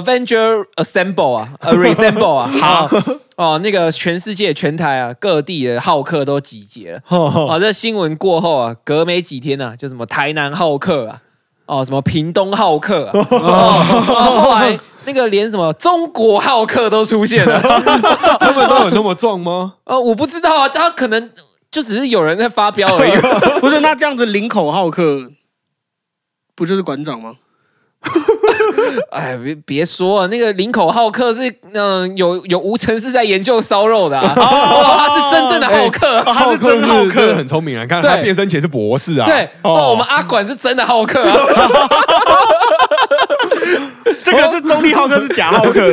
Avenger Assemble 啊呃，Resemble 啊，好哦，那个全世界全台啊各地的浩克都集结了。哦，哦，这新闻过后啊，隔没几天啊，就什么台南浩克啊，哦，什么屏东浩克啊，哦，然后后来那个连什么中国浩克都出现了。他们都有那么壮吗？呃，我不知道啊，他可能就只是有人在发飙而已。不是，那这样子林口浩克不就是馆长吗？哎，别别说啊，那个林口浩克是嗯、有有吴成是在研究烧肉的、啊，哦，他是真正的浩克。哦，他是真是浩真的克，很聪明啊！看对他变身前是博士啊，对，哦，我们阿管是真的浩克、啊，这个是中立浩克，是假浩克。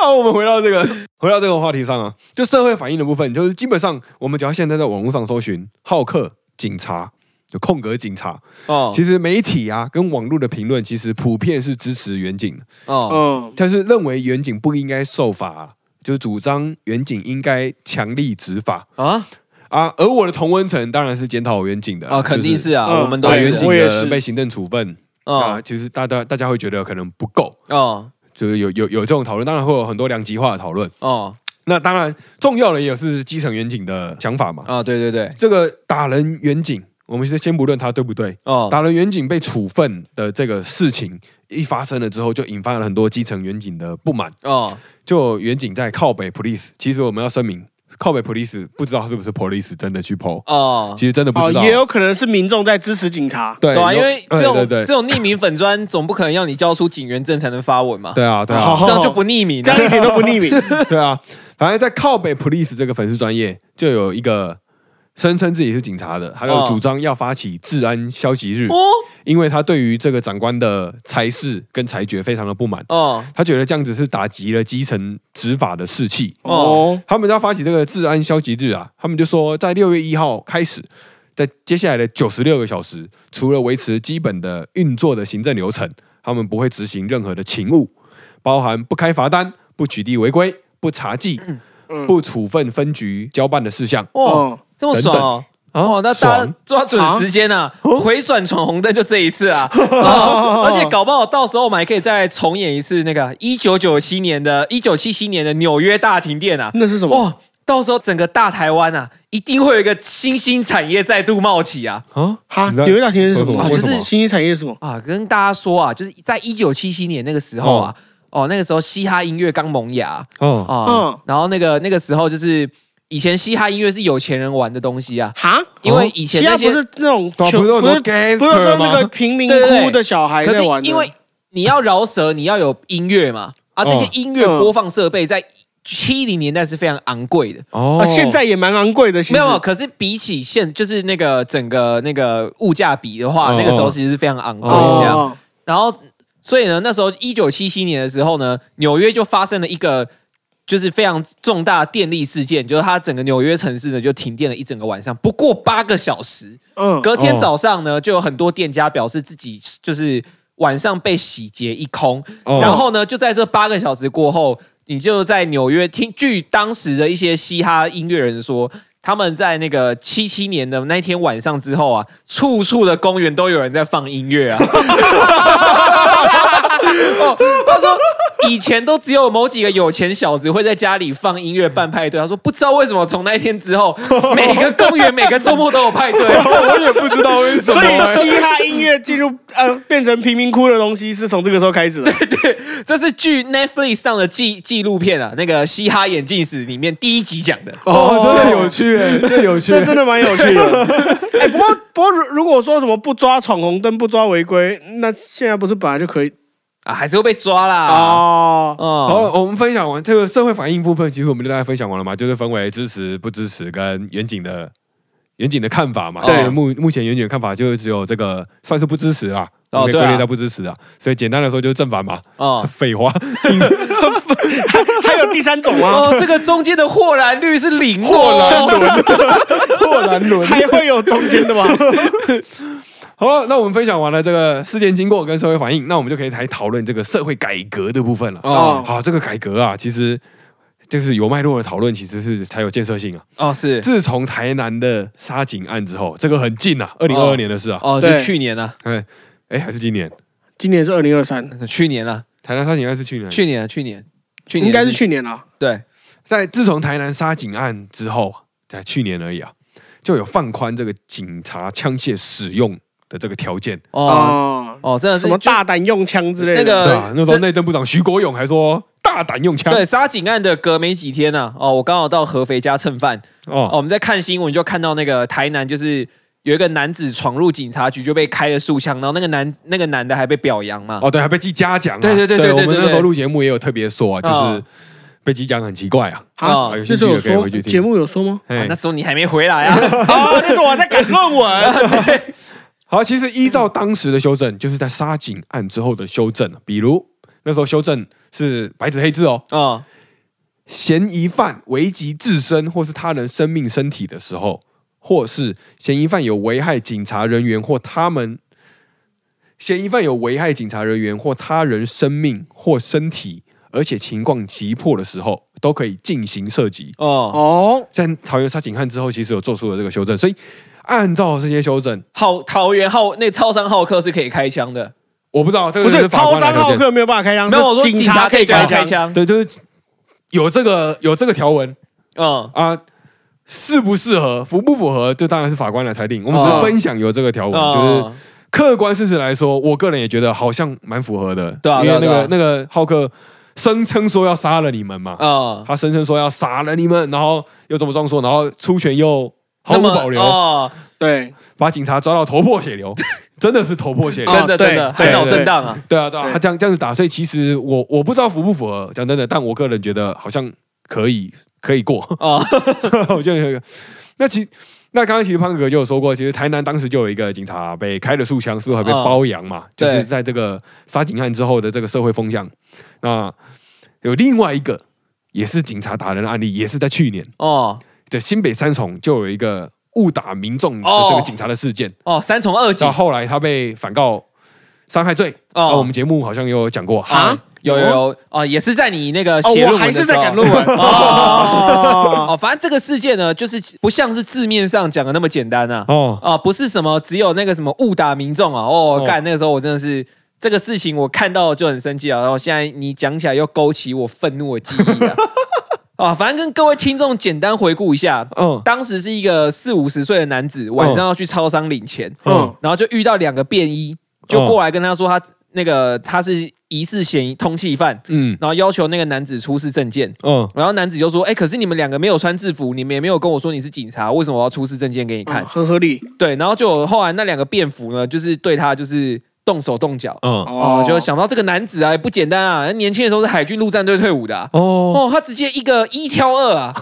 好，我们回到这个， 回到这个话题上啊，就社会反应的部分，就是基本上我们只要现在在网络上搜寻浩克警察，有空格警察，哦其实媒体啊跟网络的评论其实普遍是支持远景的，哦嗯，但是认为远景不应该受罚、啊就是主张远景应该强力执法啊啊。而我的同温层当然是检讨远景的啦啊，肯定是啊，嗯我们就都是把是远景我也的是被行政处分啊，哦其实大家大家会觉得可能不够，哦就是有有有这种讨论，当然会有很多两极化的讨论。哦那当然，重要的也是基层远景的想法嘛。哦，对对对，这个打人远景，我们先先不论他对不对，哦打人远景被处分的这个事情一发生了之后，就引发了很多基层远景的不满。哦就远景在靠北 police，其实我们要声明，靠北 police 不知道是不是 police 真的去 PO，哦，其实真的不哦，知道。也有可能是民众在支持警察。对对啊，因为有这种对这对对种匿名粉砖总不可能要你交出警员证才能发文嘛，对啊对好啊这样就不匿名这了样一点都不匿名。 对啊，反正在靠北 police 这个粉丝专业就有一个声称自己是警察的，他哦就主张要发起治安消息日，哦因为他对于这个长官的裁示跟裁决非常的不满，哦他觉得这样子是打击了基层执法的士气。哦哦，他们要发起这个治安消极日啊，他们就说在六月一号开始，在接下来的九十六个小时，除了维持基本的运作的行政流程，他们不会执行任何的勤务，包含不开罚单、不取缔违规、不查记、嗯不处分分局交办的事项。哦哇，这么爽哦！啊哦，那大家爽哦抓准时间啊，回转闯红灯就这一次 啊，啊而且搞不好到时候我们还可以再重演一次那个一九九七年的、一九七七年的纽约大停电啊！那嗯是什哦么？哇，到时候整个大台湾啊，一定会有一个新兴产业再度冒起啊！啊！哈，你在纽约大停电是什说什么？么为什么新兴产业是什么？啊，跟大家说啊，就是在一九七七年那个时候啊，哦，那个时候嘻哈音乐刚萌芽哦，啊，嗯然后那个那个时候就是以前嘻哈音乐是有钱人玩的东西啊，哈，因为以前其那他些不是那种哦对啊穷不是很不多是不是 gangster 说吗那个贫民对对窟对的小孩可在是玩的，因为你要饶舌，你要有音乐嘛啊，这些哦音嗯乐播放设备在七零年代是非常昂贵的。哦啊，现在也蛮昂贵的，其没实有，可是比起现就是那个整个那个物价比的话，哦那个时候其实是非常昂贵的这样。哦，然后，所以呢，那时候一九七七年的时候呢，纽约就发生了一个就是非常重大的电力事件，就是它整个纽约城市呢就停电了一整个晚上，不过八个小时。嗯，隔天早上呢，就有很多店家表示自己就是晚上被洗劫一空，哦然后呢，就在这八个小时过后，你就在纽约听，据当时的一些嘻哈音乐人说。他们在那个七七年的那一天晚上之后啊，处处的公园都有人在放音乐啊。哦，他说以前都只有某几个有钱小子会在家里放音乐办派对。他说不知道为什么从那一天之后，每个公园每个周末都有派 对。我也不知道为什么所以欸。嘻哈音乐进入呃变成贫民窟的东西是从这个时候开 始的，这是据 Netflix 上的纪纪录片啊，那个《嘻哈眼镜史》里面第一集讲的。哦，真的有趣哎，这有趣这，真的蛮有 趣的。哎，不过不过如如果说什么不抓闯红灯、不抓违规，那现在不是本来就可以啊，还是会被抓啦。哦？好哦，了，我们分享完这个社会反应部分，其实我们就大家分享完了嘛，就是分为支持、不支持跟远景的远景的看法嘛。对所以目目前远景的看法就只有这个算是不支持啦，我哦们可以对啊归类到不支持啊。所以简单来说就是正反嘛。 哦，废话，还有第三种吗？ 哦，这个中间的豁然率是零哦。破兰伦。还会有中间的吗？ 好了，那我们分享完了这个事件经过跟社会反应，那我们就可以来讨论这个社会改革的部分了。哦好，这个改革啊，其实就是有脉络的讨论，其实是才有建设性啊。哦，是自从台南的杀警案之后，这个很近啊，二零二二年的事啊，哦，就对去年啊，哎哎，还是今年今年是二零二三，去年啊，台南杀警案是去年。去年啊，去年，去年应该是去去年了。对在自从台南杀警案之后，在去年而已啊，就有放宽这个警察枪械使用的这个条件。哦哦，哦，真的是什么就大胆用枪之类的。那个对啊，那时候是内政部长徐国勇还说大胆用枪。对杀警案的隔没几天啊，哦，我刚好到合肥家蹭饭，哦，哦，我们在看新闻就看到那个台南就是有一个男子闯入警察局就被开了数枪，然后那个男那个男的还被表扬嘛。哦，对，还被记嘉奖啊。对对对对对对对我们那时对候录节目也有特别说啊，就是哦被记奖很奇怪啊。哦啊，啊有兴那时趣候有的可以说回去节听。目有说吗？哎啊那时候你还没回来啊？ 哦，那时候我还在赶 论文。好，其实依照当时的修正，就是在杀警案之后的修正，比如那时候修正是白纸黑字哦，哦嫌疑犯危及自身或是他人生命、身体的时候，或是嫌疑犯有危害警察人员或他们，嫌疑犯有危害警察人员或他人生命或身体，而且情况急迫的时候，都可以进行涉及。哦，哦，在桃园杀警案之后，其实有做出了这个修正，所以按照这些修正，浩桃园浩那超商浩克是可以开枪的，我不知道这个不是法官来超商条浩件克没有办法开枪，没有我是说警察察可可以以开枪。枪。对，就是有这个有这个条文嗯，啊，适不适合、符不符合，这当然是法官来裁定。我们只哦是分享有这个条文，就是哦，客观事实来说，我个人也觉得好像蛮符合的。对啊因为那对啊个那个浩克声称说要杀了你们嘛，嗯，他声称说要杀了你们，然后又怎么装说，然后出拳又毫那无么保留，哦，对，把警察抓到头破血流， 真的是头破血流。真的哦真的对还脑震荡啊。对啊，对啊，对他这样这样子打，所以其实我我不知道符不符合，讲真的，但我个人觉得好像可以可以过，哦， 我觉得可以过。那其那刚刚其实潘哥就有说过，其实台南当时就有一个警察被开了数枪，是不是还被嗯包养嘛？就对是在这个杀警案之后的这个社会风向。那有另外一个也是警察打人的案例，也是在去年哦的新北三重就有一个哦误打民众的这个警察的事件，哦，三重二警到后来他被反告。伤害罪哦啊，我们节目好像也有讲过啊啊，有有有哦，也是在你那个哦，写我论还文的是时在候赶 论文。哦哦，哦，反正这个事件呢，就是不像是字面上讲的那么简单啊。哦， 啊，不是什么只有那个什么误打民众啊，哦哦，干、那个时候我真的是这个事情我看到就很生气啊，然后现在你讲起来又勾起我愤怒的记忆啊。啊，反正跟各位听众简单回顾一下，嗯当时是一个四五十岁的男子，晚上要去超商领钱，哦嗯然后就遇到两个便衣，就过来跟他说他那个他是疑似嫌疑通缉犯，嗯然后要求那个男子出示证件。嗯，然后男子就说：“哎、可是你们两个没有穿制服，你们也没有跟我说你是警察，为什么我要出示证件给你看？”哦很合理。对，然后就有后来那两个便服呢，就是对他就是动手动脚。嗯哦，就想到这个男子啊，也不简单啊！年轻的时候是海军陆战队退伍的啊、哦，哦，他直接一个一挑 二啊，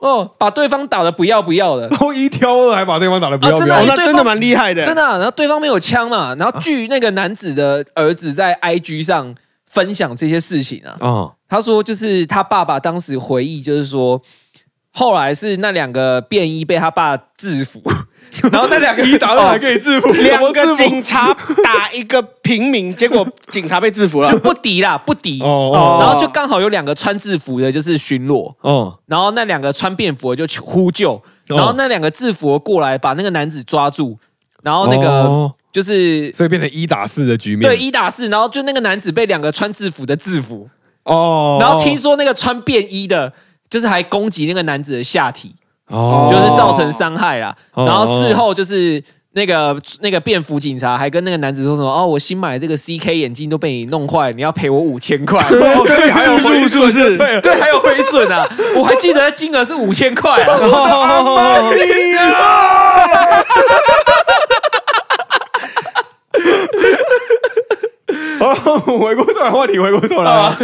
哦，把对方打的不要不要的，都哦一挑二还把哎对方打的不要啊不真要的哦，的，那真的蛮厉害的。真的啊、然后对方没有枪啊嘛，然后据那个男子的儿子在 IG 上分享这些事情啊，哦他说就是他爸爸当时回忆，就是说后来是那两个便衣被他爸制 服，然后那两个一打二还可以制哦服，两怎个么制服警察打一个平民，结果警察被 制服了哦就。不敌啦，不敌。哦然后就刚好有两个穿制服的，就是巡逻，哦哦然后那两个穿便服的就呼救，哦然后那两个制服的过来把那个男子抓住，然后那个哦就是。所以变成一打四的局面，对一打四，然后就那个男子被两个穿制服的制服，哦，然后听说那个穿便衣的，就是还攻击那个男子的下体，哦就是造成伤害啦。哦然后事后就是那个那个便服警察还跟那个男子说什么：“哦，我新买的这个 CK 眼镜都被你弄坏，你要赔我五千 块。” 哦所以还有入回是不数是 对了，对，还有亏损 啊！我还记得金额是五千块啊！哦 啊好，哦回过头来话题，回过头来啊，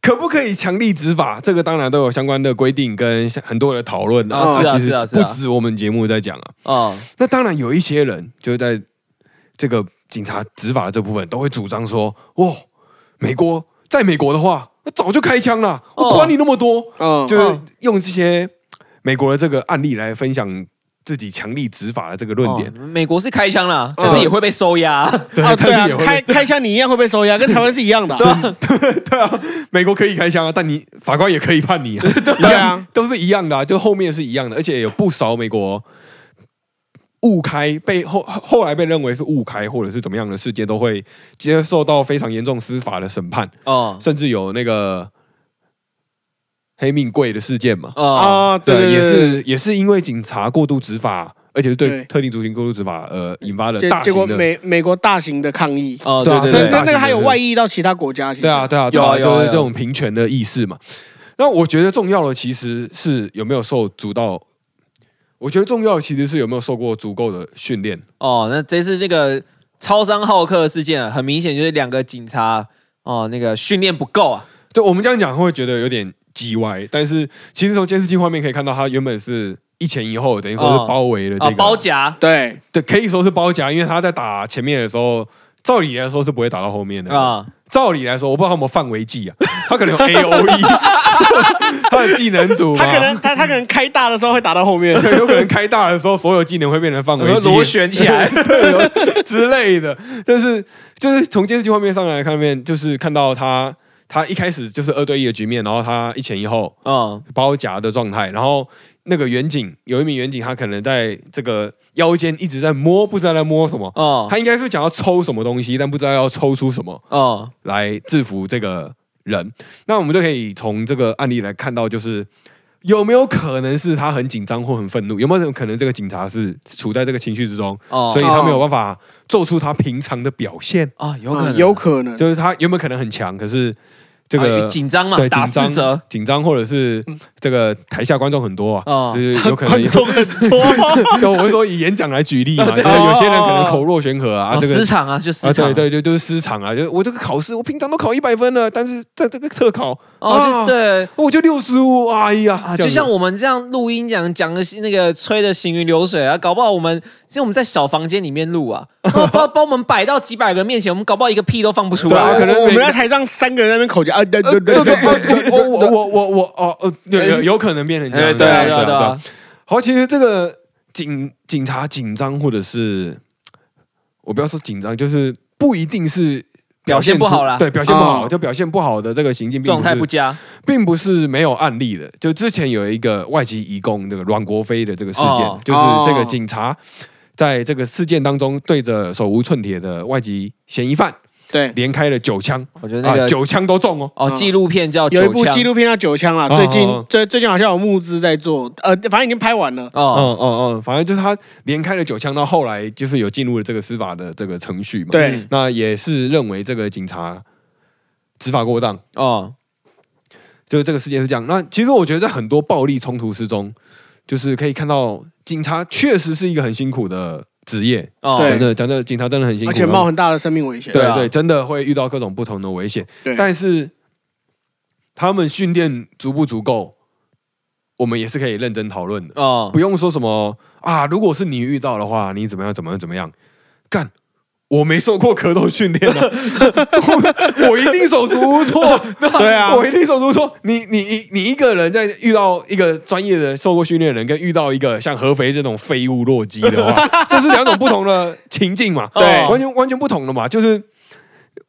可不可以强力执法？这个当然都有相关的规定跟很多的讨论啊是啊其实是啊是不啊止我们节目在讲啊。哦，那当然有一些人就在这个警察执法的这部分都会主张说，哦，美国在美国的话，那早就开枪了，哦我管你那么多，嗯，就是用这些美国的这个案例来分享自己强力执法的这个论点。哦哦美国是开枪啦，但嗯是也会被收押。啊，对但啊是也，会开开枪你一样会被收押，跟台湾是一样的啊。对啊，美国可以开枪啊，但你法官也可以判你啊， 对啊，都是一样的啊，就后面是一样的，而且有不少美国误开被后后来被认为是误开或者是怎么样的事件，都会接受到非常严重司法的审判，哦甚至有那个黑命贵的事件嘛，哦啊，对对，也对是也是因为警察过度执法，而且是对对特定族群过度执法，呃，引发了结大结果型的。美美国大型的抗议，哦，对对啊对所以对那大型那的个还有是外溢到其他国家，其实对啊，，对啊，对啊，有啊有啊就是有啊这种平权的意识嘛。那我觉得重要的其实是有没有受足到，我觉得重要的其实是有没有受过足够的训练。哦，那这次这个超商好客事件啊，很明显就是两个警察哦，那个训练不够啊。对我们这样讲会觉得有点叽歪，但是其实从监视器画面可以看到，它原本是一前一后，等于说是哦包围了这啊，个，包夹对，对，可以说是包夹，因为他在打前面的时候，照理来说是不会打到后面的。啊，照理来说，我不知道他有没有范围技啊，他可能有 A O E，他的技能组嘛，啊他可能他他可能开大的时候会打到后面，对， 有可能开大的时候，所有技能会变成范围然后技呃螺旋起来对 之类的。但是就是从电视机画面上来看面，就是看到他他一开始就是二对一的局面，然后他一前一后嗯，包夹的状态，然后那个远景有一名远景，他可能在这个腰间一直在摸，不知道在摸什么。哦，他应该是想要抽什么东西，但不知道要抽出什么哦，来制服这个人。那我们就可以从这个案例来看到，就是有没有可能是他很紧张或很愤怒？有没有可能这个警察是处在这个情绪之中，哦，所以他没有办法做出他平常的表现？啊，有可能嗯有可能，就是他原本可能很强，可是这个啊紧张嘛对，打紧四折张、紧张，或者是这个台下观众很多啊哦，就是有 可能观。众很多，有我是说以演讲来举例嘛，就是有些人可能口若悬河啊，哦这个时长啊，就时啊，长对，对对，就是失常啊！就是我这个考试，我平常都考一百分了，但是在这个特考，哦，就啊对。我就六十五，哎呀，啊，这样就子像我们这样录音讲讲的那个吹的行云流水啊，搞不好我们因为我们在小房间里面 录啊，把把把我们摆到几百个人面前，我们搞不好一个屁都放不出对啊来可。能我我每们在台上三个人在那边口角，啊，对对对这个对，哦呃我我我我我哦呃，有有有可能变成这哎样，对啊，对对啊，对啊。。好，其实这个警警察紧张或者是我不要说紧张，就是。不一定是表现不出好啦对，表现不好、哦就表现不好的这个行径并状态是不佳并不是没有案例的，就之前有一个外籍移工这个阮国飞的这个事件，哦就是这个哦警察在这个事件当中对着手无寸铁的外籍嫌疑犯 对，连开了九枪，我觉得啊、那个九枪都中哦。哦，纪录片叫《有一部九枪纪录片叫《九枪》啦，哦最近哦哦最最近好像有募资在做，呃，反正已经拍完了。哦，嗯嗯嗯，反正就是他连开了九枪，到后来就是有进入了这个司法的这个程序嘛。，对，那也是认为这个警察执法过当，哦，就是这个事件是这样。那其实我觉得在很多暴力冲突之中，就是可以看到警察确实是一个很辛苦的职业。哦，真的，真的，警察真的很辛苦，哦而且冒很大的生命危险。对对啊对，真的会遇到各种不同的危险。对但是他们训练足不足够，我们也是可以认真讨论的，哦，不用说什么啊，如果是你遇到的话，你怎么样怎么样怎么样干。我没受过格斗训练啊， 我我一定手足无措，对啊我一定手足无措。你你你你一个人在遇到一个专业的受过训练的人，跟遇到一个像合肥这种废物弱鸡的话，这是两种不同的情境 嘛。对哦完全完全不同了嘛。就是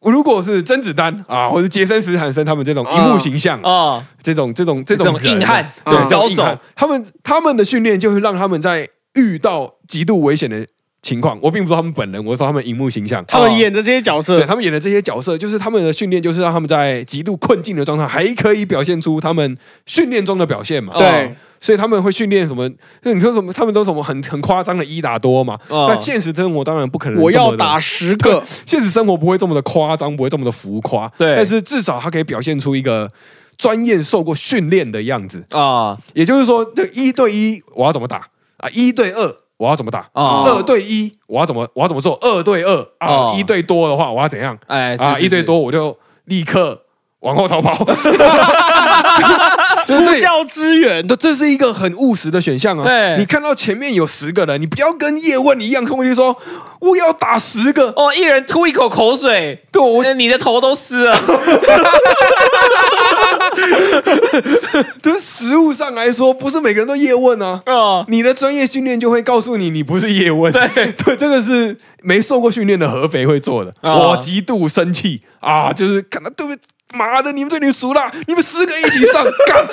如果是甄子丹啊，或者杰森斯坦森他们这种荧幕形象，哦，这种这种这种这种硬人啊汉对这嗯种高硬汉手他们他们的训练就是让他们在遇到极度危险的情况，我并不是说他们本人，我是说他们荧幕形象。他们演的这些角对色，他们演的这些角色，就是他们的训练，就是让他们在极度困境的状态，还可以表现出他们训练中的表现嘛。哦对所以他们会训练什么？那你说什么？他们都什么很很夸张的一打多嘛？哦那现实生活当然不可能。我要打十个，现实生活不会这么的夸张，不会这么的浮夸，对但是至少他可以表现出一个专业、受过训练的样子。哦，也就是说，这一对一我要怎么打啊？一对二我要怎么打？哦二对一我要怎么我要怎么做？二对二啊，哦一对多的话我要怎样哎，啊？是一对，多我就立刻往后逃 跑，就是呼这。叫支援。这这是一个很务实的选项啊！对你看到前面有十个人，你不要跟叶问一样冲过去说我要打十个是。是哦，一人吐一口口水，对，我呃你的头都湿了。就是实物上来说，不是每个人都叶问啊。哦，你的专业训练就会告诉你，你不是叶问。对 对，这个是没受过训练的合肥会做的。啊我极度生气啊！就是看到对不妈的，你们这女熟啦，你们十个一起上 干，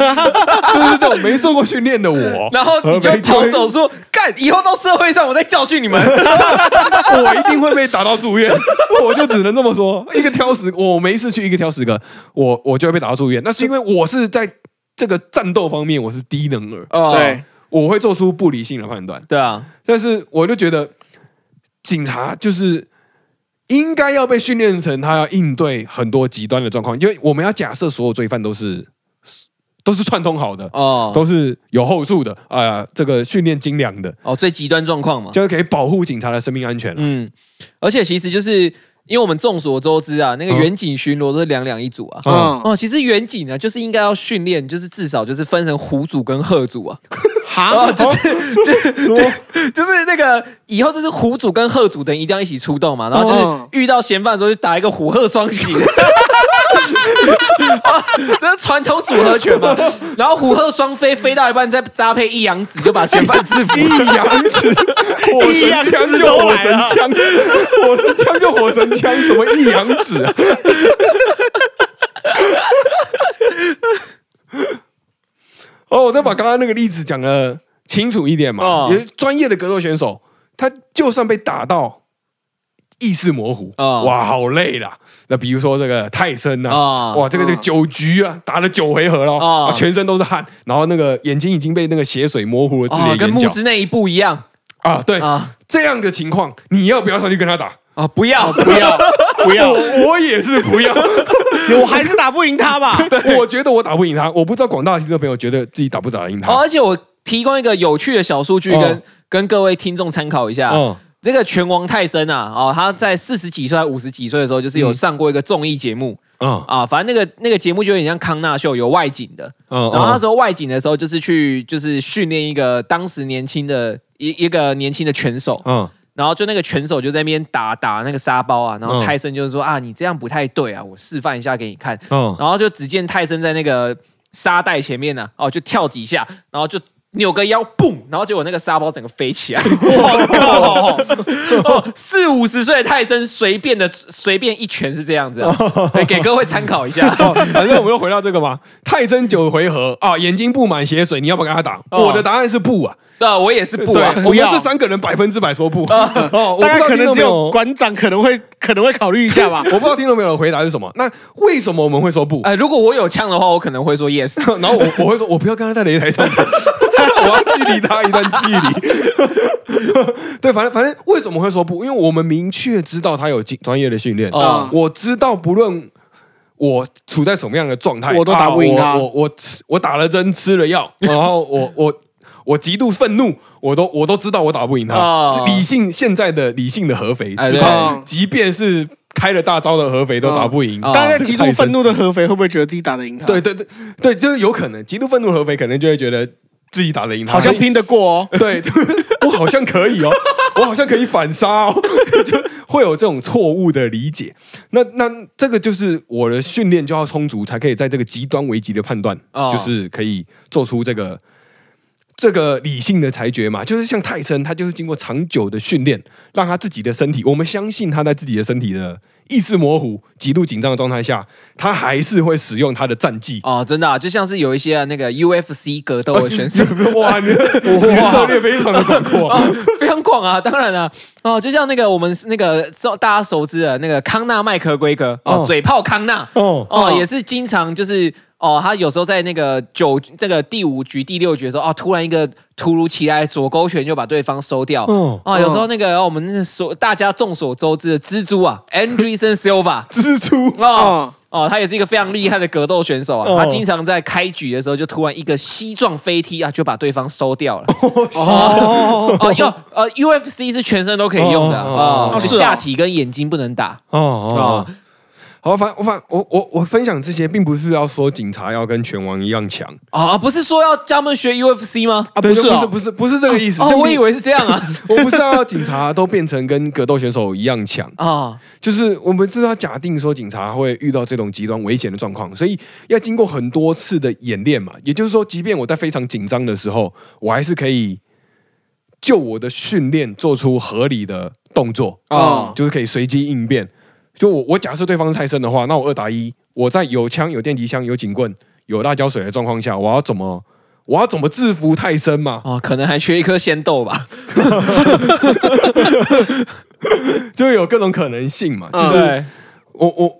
就是这种没受过训练的我。然后你就合肥跑会走，说干，以后到社会上我再教训你们。我一定会被打到住院， 我就只能这么说。一个挑十，我没事去一个挑十个，我我就会被打到住院。那是因为我是在这个战斗方面我是低能儿，哦，对，我会做出不理性的判断。对啊，但是我就觉得，警察就是应该要被训练成他要应对很多极端的状况，因为我们要假设所有罪犯都是都是串通好的，哦都是有后助的，啊、这个训练精良的，哦，最极端状况嘛。就是可以保护警察的生命安全了。嗯，而且其实就是因为我们众所周知啊，那个嗯远景巡逻都是两两一组啊。嗯嗯，哦，其实远景呢，就是应该要训练，就是至少就是分成虎组跟鹤 组啊，哈，就是那个以后就是虎组跟鹤组的人一定要一起出动嘛，然后就是哦遇到嫌犯的时候就打一个虎鹤双喜， 啊这是传统组合拳嘛，然后虎鹤双飞飞到一半再搭配一阳指就把嫌 犯制服，一阳指，火神枪就火神枪，火神枪就火神枪，什么一阳指啊？哦，我再把刚刚那个例子讲的清楚一点嘛哦。也是专业的格斗选手，他就算被打到意识模糊，哦哇，好累啦。那比如说这个泰森啊，哦哇，这个这个九局啊，打了九回合了，哦啊全身都是汗，然后那个眼睛已经被那个血水模糊了自己哦，的跟眼牧角师那一步一样啊，对啊这样的情况，你要不要上去跟他 打？啊，不哦要不要不要，我我也是不 要，我还是打不赢他吧。我觉得我打不赢他。我不知道广大的听众朋友觉得自己打不打得赢哦，他。而且我提供一个有趣的小数据跟、嗯跟各位听众参考一下。嗯这个拳王泰森啊，哦，他在四十几岁、还五十几岁的时候，就是有上过一个综艺节目、嗯啊，反正那个那个节目就有点像康纳秀，有外景的。嗯然后那时候外景的时候，就是去就是训练一个当时年轻的一一个年轻的拳手，嗯然后就那个拳手就在那边打打那个沙包啊，然后嗯泰森就是说、啊，你这样不太对啊，我示范一下给你看。嗯然后就只见泰森在那个沙袋前面呢、哦，就跳几下，然后就扭个腰，嘣，然后结果那个沙包整个飞起来。我靠！哦，四五十岁的泰森随便的随便一拳是这样子、啊，对给各位参考一下。哦，反正我们又回到这个嘛，泰森九回合啊，眼睛布满血水，你要不要跟他打？哦我的答案是不啊，对啊，我也是不对啊，，我不们要这三个人百分之百说不。哦，我不大知概道可听能众只朋有友，馆长可能会可能会考虑一下 吧。我不知道听众朋友的回答是什么。那为什么我们会说不？呃，如果我有枪的话，我可能会说 yes。 然后我我会说，我不要跟他在擂台上 打，我要距离他一段距离。 对，反正反正为什么会说不？因为我们明确知道他有经专业的训练，哦我知道不论。我处在什么样的状态，我都打不赢他哦啊我我我吃我打了针，吃了药，然后我我我极度愤怒，我都我都知道我打不赢他。哦理性现在的理性的合肥哎知道对，即便是开了大招的合肥都打不赢。哦大家在极度愤怒的合肥会不会觉得自己打得赢 他？对，对对对，就是有可能极度愤怒合肥，可能就会觉得自己打得赢他，好像拼得过哦。对，就 我好像可以哦，我好像可以反杀哦， 就会有这种错误的理解。那那这个就是我的训练就要充足，才可以在这个极端危急的判断，哦就是可以做出这个。这个理性的裁决嘛，就是像泰森，他就是经过长久的训练，让他自己的身体，我们相信他在自己的身体的意识模糊、极度紧张的状态下，他还是会使用他的战绩哦，真的、啊，就像是有一些、啊、那个 UFC 格斗的选手， 哇，你的你的涉猎非常的广阔、非常广啊，当然啊，哦，就像那个我们那个大家熟知的那个康纳麦克规格哦，哦嘴炮康纳哦哦，哦也是经常就是哦，他有时候在那个九这个第五局、第六局的时候，哦，突然一个突如其来的左勾拳就把对方收掉。哦哦，有时候那个、哦我们那所大家众所周知的蜘蛛啊，Anderson Silva 蜘蛛哦。哦哦，他也是一个非常厉害的格斗选手啊！哦他经常在开局的时候就突然一个膝撞飞踢啊，就把对方收掉 了。哦，哦，要呃 UFC 是全身都可以用的哦哦啊，哦就是哦下体跟眼睛不能打哦哦啊。好，反我反我我我分享这些，并不是要说警察要跟拳王一样强啊，不是说要教他们学 UFC 吗？啊对不是就哦不是不是不是这个意思。哦对，不我起以为是这 样啊我不是要警察都变成跟格斗选手一样强，啊就是我们知道假定说警察会遇到这种极端危险的状况，所以要经过很多次的演练嘛。也就是说，即便我在非常紧张的时候，我还是可以就我的训练做出合理的动作。啊就是可以随机应变。就我我假设对方是泰森的话，那我二打一，我在有枪、有电击枪、有警棍、有辣椒水的状况下，我要怎么我要怎么制服泰森嘛？哦，可能还缺一颗仙豆吧。就有各种可能性嘛。就嗯是对，我我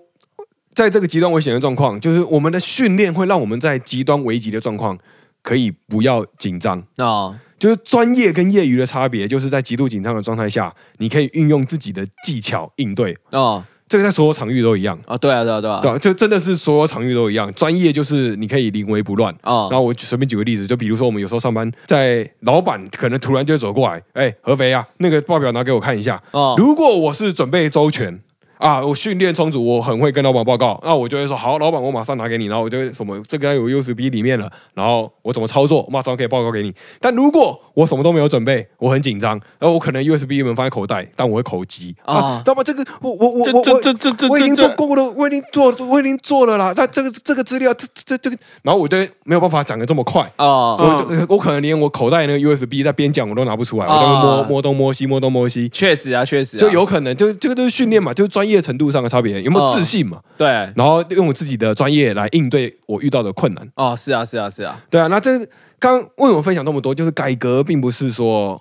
在这个极端危险的状况，就是我们的训练会让我们在极端危急的状况可以不要紧张。 哦就是专业跟业余的差别，就是在极度紧张的状态下，你可以运用自己的技巧应对。哦这个在所有场域都一样。哦，对啊对啊对啊对、啊，就真的是所有场域都一样，专业就是你可以临危不乱。然哦后我举随便举个例子，就比如说我们有时候上班，在老板可能突然就会走过来，哎，合肥啊，那个报表拿给我看一下。哦如果我是准备周全啊，我训练充足，我很会跟老板报告，那我就会说好，老板，我马上拿给你，然后我就会什么这个在我 USB 里面了，然后我怎么操作，我马上可以报告给你。但如果我什么都没有准备，我很紧张，然后我可能 USB 原本放在口袋，但我会口急哦啊，那么这个我我我这我我这这这我已经这做过了，我已经做我已经做了啦。那这个这个资料，这这这个，然后我就没有办法讲的这么快。啊哦，我就我可能连我口袋那个 USB 在边讲我都拿不出来，我啊在那边摸哦摸东摸西，摸东摸西，确实啊确实啊就有可能，就这个就是训练嘛，就是专业程度上的差别，有没有哦自信嘛？嗯对然后用我自己的专业来应对我遇到的困难。哦是啊是啊是啊对啊，那这刚为我分享这么多，就是改革并不是说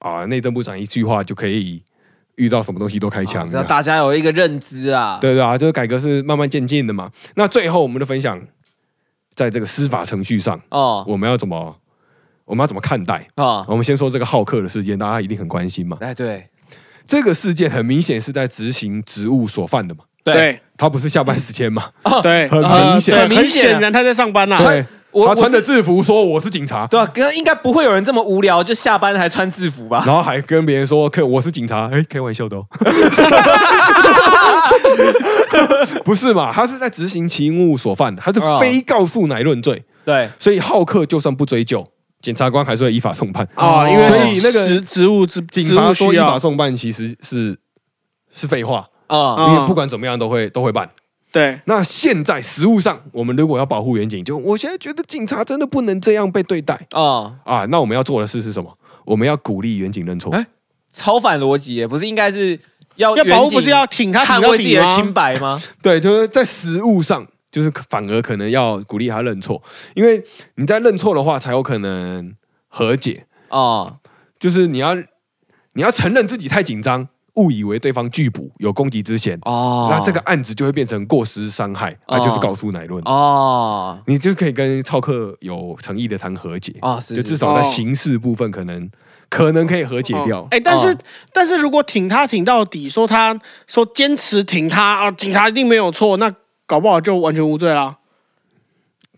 啊内政部长一句话就可以遇到什么东西都开枪哦啊这只要样。大家有一个认知啊，啊对对啊，这个改革是慢慢渐进的嘛。那最后我们的分享，在这个司法程序上，哦我们要怎么我们要怎么看待？哦我们先说这个好客的事件，大家一定很关心嘛。哎对这个事件很明显是在执行职务所犯的嘛，对对他不是下班时间嘛， 对，很呃明显对很明很显啊显然他在上班啦。对我他穿着我是制服说我是警察，对啊，可能应该不会有人这么无聊就下班还穿制服吧？然后还跟别人说可我是警察，哎，开玩笑 的哦，不是嘛？他是在执行勤务所犯的，他是哦非告诉乃论罪，对所以好客就算不追究，检察官还是会依法送办。啊，因为哦所以那个职职务职警职察务说需依法要送办其实是是废话，啊嗯因为不管怎么样都会都会办。对，那现在实务上，我们如果要保护远景，就我现在觉得警察真的不能这样被对待哦，啊。那我们要做的事是什么？我们要鼓励远景认错哎。超反逻辑耶，不是应该是要要保护哦远景不是要挺他挺捍到卫自己底的吗？清白吗？对，就是在实务上，就是反而可能要鼓励他认错，因为你在认错的话，才有可能和解。哦，就是你要你要承认自己太紧张，误以为对方拒捕有攻击之嫌，哦，那这个案子就会变成过失伤害，那、就是告诉乃论。哦你就可以跟超客有诚意的谈和解，哦是就是至少在刑事部分可能、可能可以和解掉哦。哎、但是、哦但是如果挺他挺到底，说他说坚持挺他啊，警察一定没有错，那搞不好就完全无罪啦。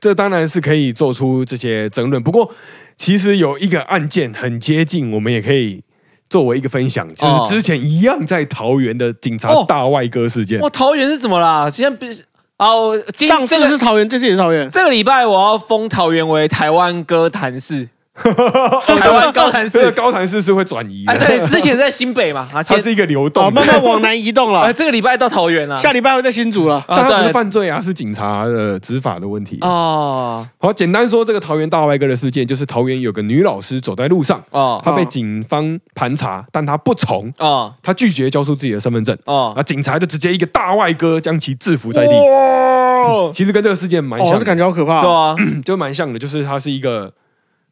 这当然是可以做出这些争论。不过，其实有一个案件很接近，我们也可以作为一个分享，就哦是之前一样在桃园的警察哦大外哥事件。哇，桃园是怎么啦？现在不是哦，今上次这是个桃园，这次也是桃园。这个礼拜我要封桃园为台湾歌坛市，台湾高坛这个市。高潭市是会转移的，啊，对，之前在新北嘛，它啊，现是一个流好，动哎的慢，慢往南移 动啊了，这个礼拜到桃园了。下礼拜会在新竹了。但啊，它不是对犯罪啊，是警察的执法的问题。哦好，简单说，这个桃园大外哥的事件，就是桃园有个女老师走在路上，哦她被警方盘查，但她不从，哦她拒绝交出自己的身份证，哦，那警察就直接一个大外哥将其制服在地。哇其实跟这个事件蛮哦，像这的，感觉好可怕对哦。啊，就蛮像的，就是他是一个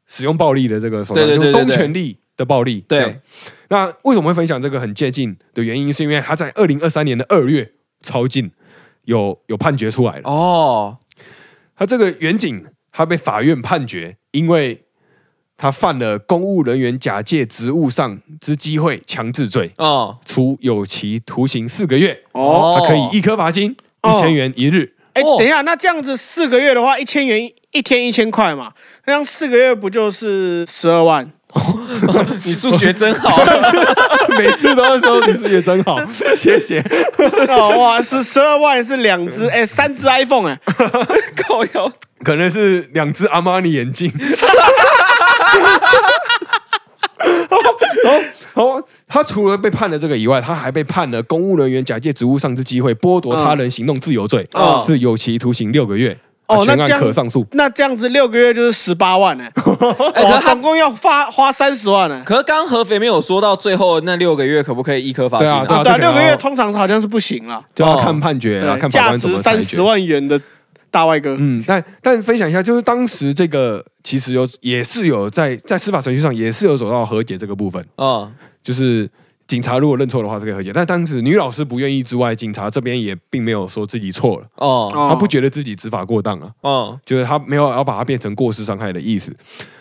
使用暴力的这个手段，对对对就是对公权力的暴力。这样对，，那为什么会分享这个很接近的原因，是因为他在二零二三年的二月超近有有判决出来了。哦他这个远景，他被法院判决，因为他犯了公务人员假借职务上之机会强制罪，哦处有期徒刑四个月，哦，他可以一科罚金一千元一日。哎，哦等一下，那这样子四个月的话，一千元一天一千块嘛，那样四个月不就是十二万？你数学真好， 每次都是说你数学真好，谢谢。哦哇，是十二万是两只，哎，三只 iPhone 哎，高腰可能是两只阿玛尼眼镜。然后，然后他除了被判了这个以外，他还被判了公务人员假借职务上之机会剥夺他人行动自由罪，嗯是有期徒刑六个月。哦啊全那这案样可上诉。那这样子六个月就是十八万 哎，哎，可哇，是他总共要花花三十万哎。可是刚刚合肥没有说到最后那六个月可不可以一颗罚金对啊啊，对啊，这个要六个月通常好像是不行了。就要看判决，对然后看法价官怎值么裁三决十。万元的大外哥，嗯，但但分享一下，就是当时这个其实有也是有在在司法程序上也是有走到和解这个部分，哦就是警察如果认错的话是可以和解，但当时女老师不愿意之外，警察这边也并没有说自己错了，哦他不觉得自己执法过当啊，哦就是他没有要把它变成过失伤害的意思，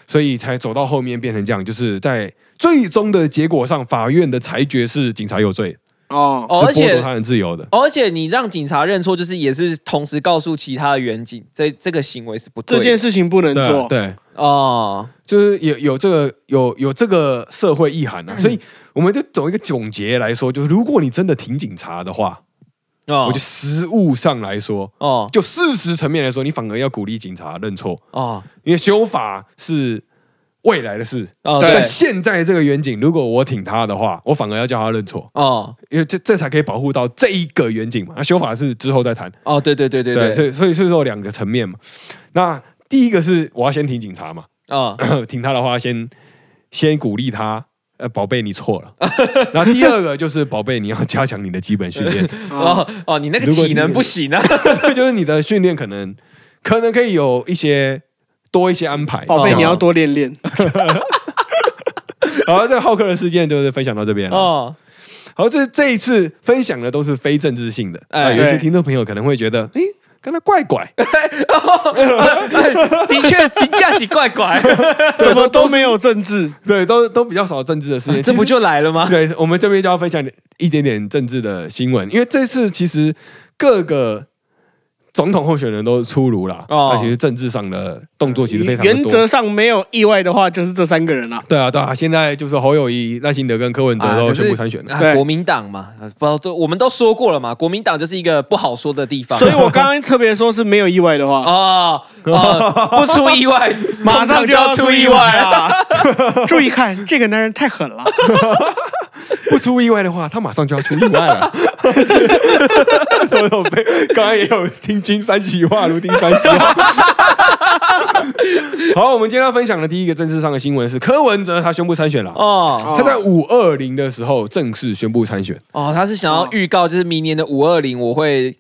所以才走到后面变成这样，就是在最终的结果上，法院的裁决是警察有罪，哦哦，而是剥且夺他人自由的。哦而且你让警察认错，就是也是同时告诉其他的远警，这这个行为是不对的。这件事情不能对啊做。对，哦，就是有有这个有有这个社会意嗯涵啊，所以我们就走一个总结来说，就是如果你真的挺警察的话，哦，我觉得实务上来说，哦就事实层面来说，你反而要鼓励警察认错，哦因为修法是未来的事。哦，对但，现在这个远景，如果我挺他的话，我反而要叫他认错，哦因为这这才可以保护到这一个远景嘛。那修法是之后再谈，哦，对对对对所对，以所以所以说有两个层面嘛。那第一个是我要先挺警察嘛， 哦挺他的话先先鼓励他。呃，宝贝，你错了。 然后第二个就是，宝贝，你要加强你的基本训练。哦哦，你那个如果你体能不行啊， 对，就是你的训练可能可能可以有一些多一些安排。宝这贝，样你要多练练。好，这个浩克的事件就是分享到这边了。哦好，这这一次分享的都是非政治性的，哎啊有一些对听众朋友可能会觉得，诶，跟他怪怪， 哎的确评价起怪怪，怎么都没有政治，对，都都比较少政治的事情，啊这不其实就来了吗？对？我们这边就要分享一点点政治的新闻，因为这次其实各个总统候选人都出炉了，那、哦其实政治上的动作其实非常的多。原则上没有意外的话，就是这三个人 啦。对啊，对啊，现在就是侯友谊、赖清德跟柯文哲啊都可宣是布参选了。啊对国民党嘛，啊不知道都我们都说过了嘛，国民党就是一个不好说的地啊方。所以我刚刚特别说是没有意外的话，哦 哦，不出意外，马上通常就就要要出出意意外外啊！啦。 注意看，这个男人太狠了。 不出意外的话，他马上就要出意外了。我有被刚刚也有听君三席话，如听三席话。好，我们今天要分享的第一个正式上的新闻是柯文哲他宣布参选了。哦他在五二零的时候正式宣布参选哦，他是想要预告，就是明年的五二零我会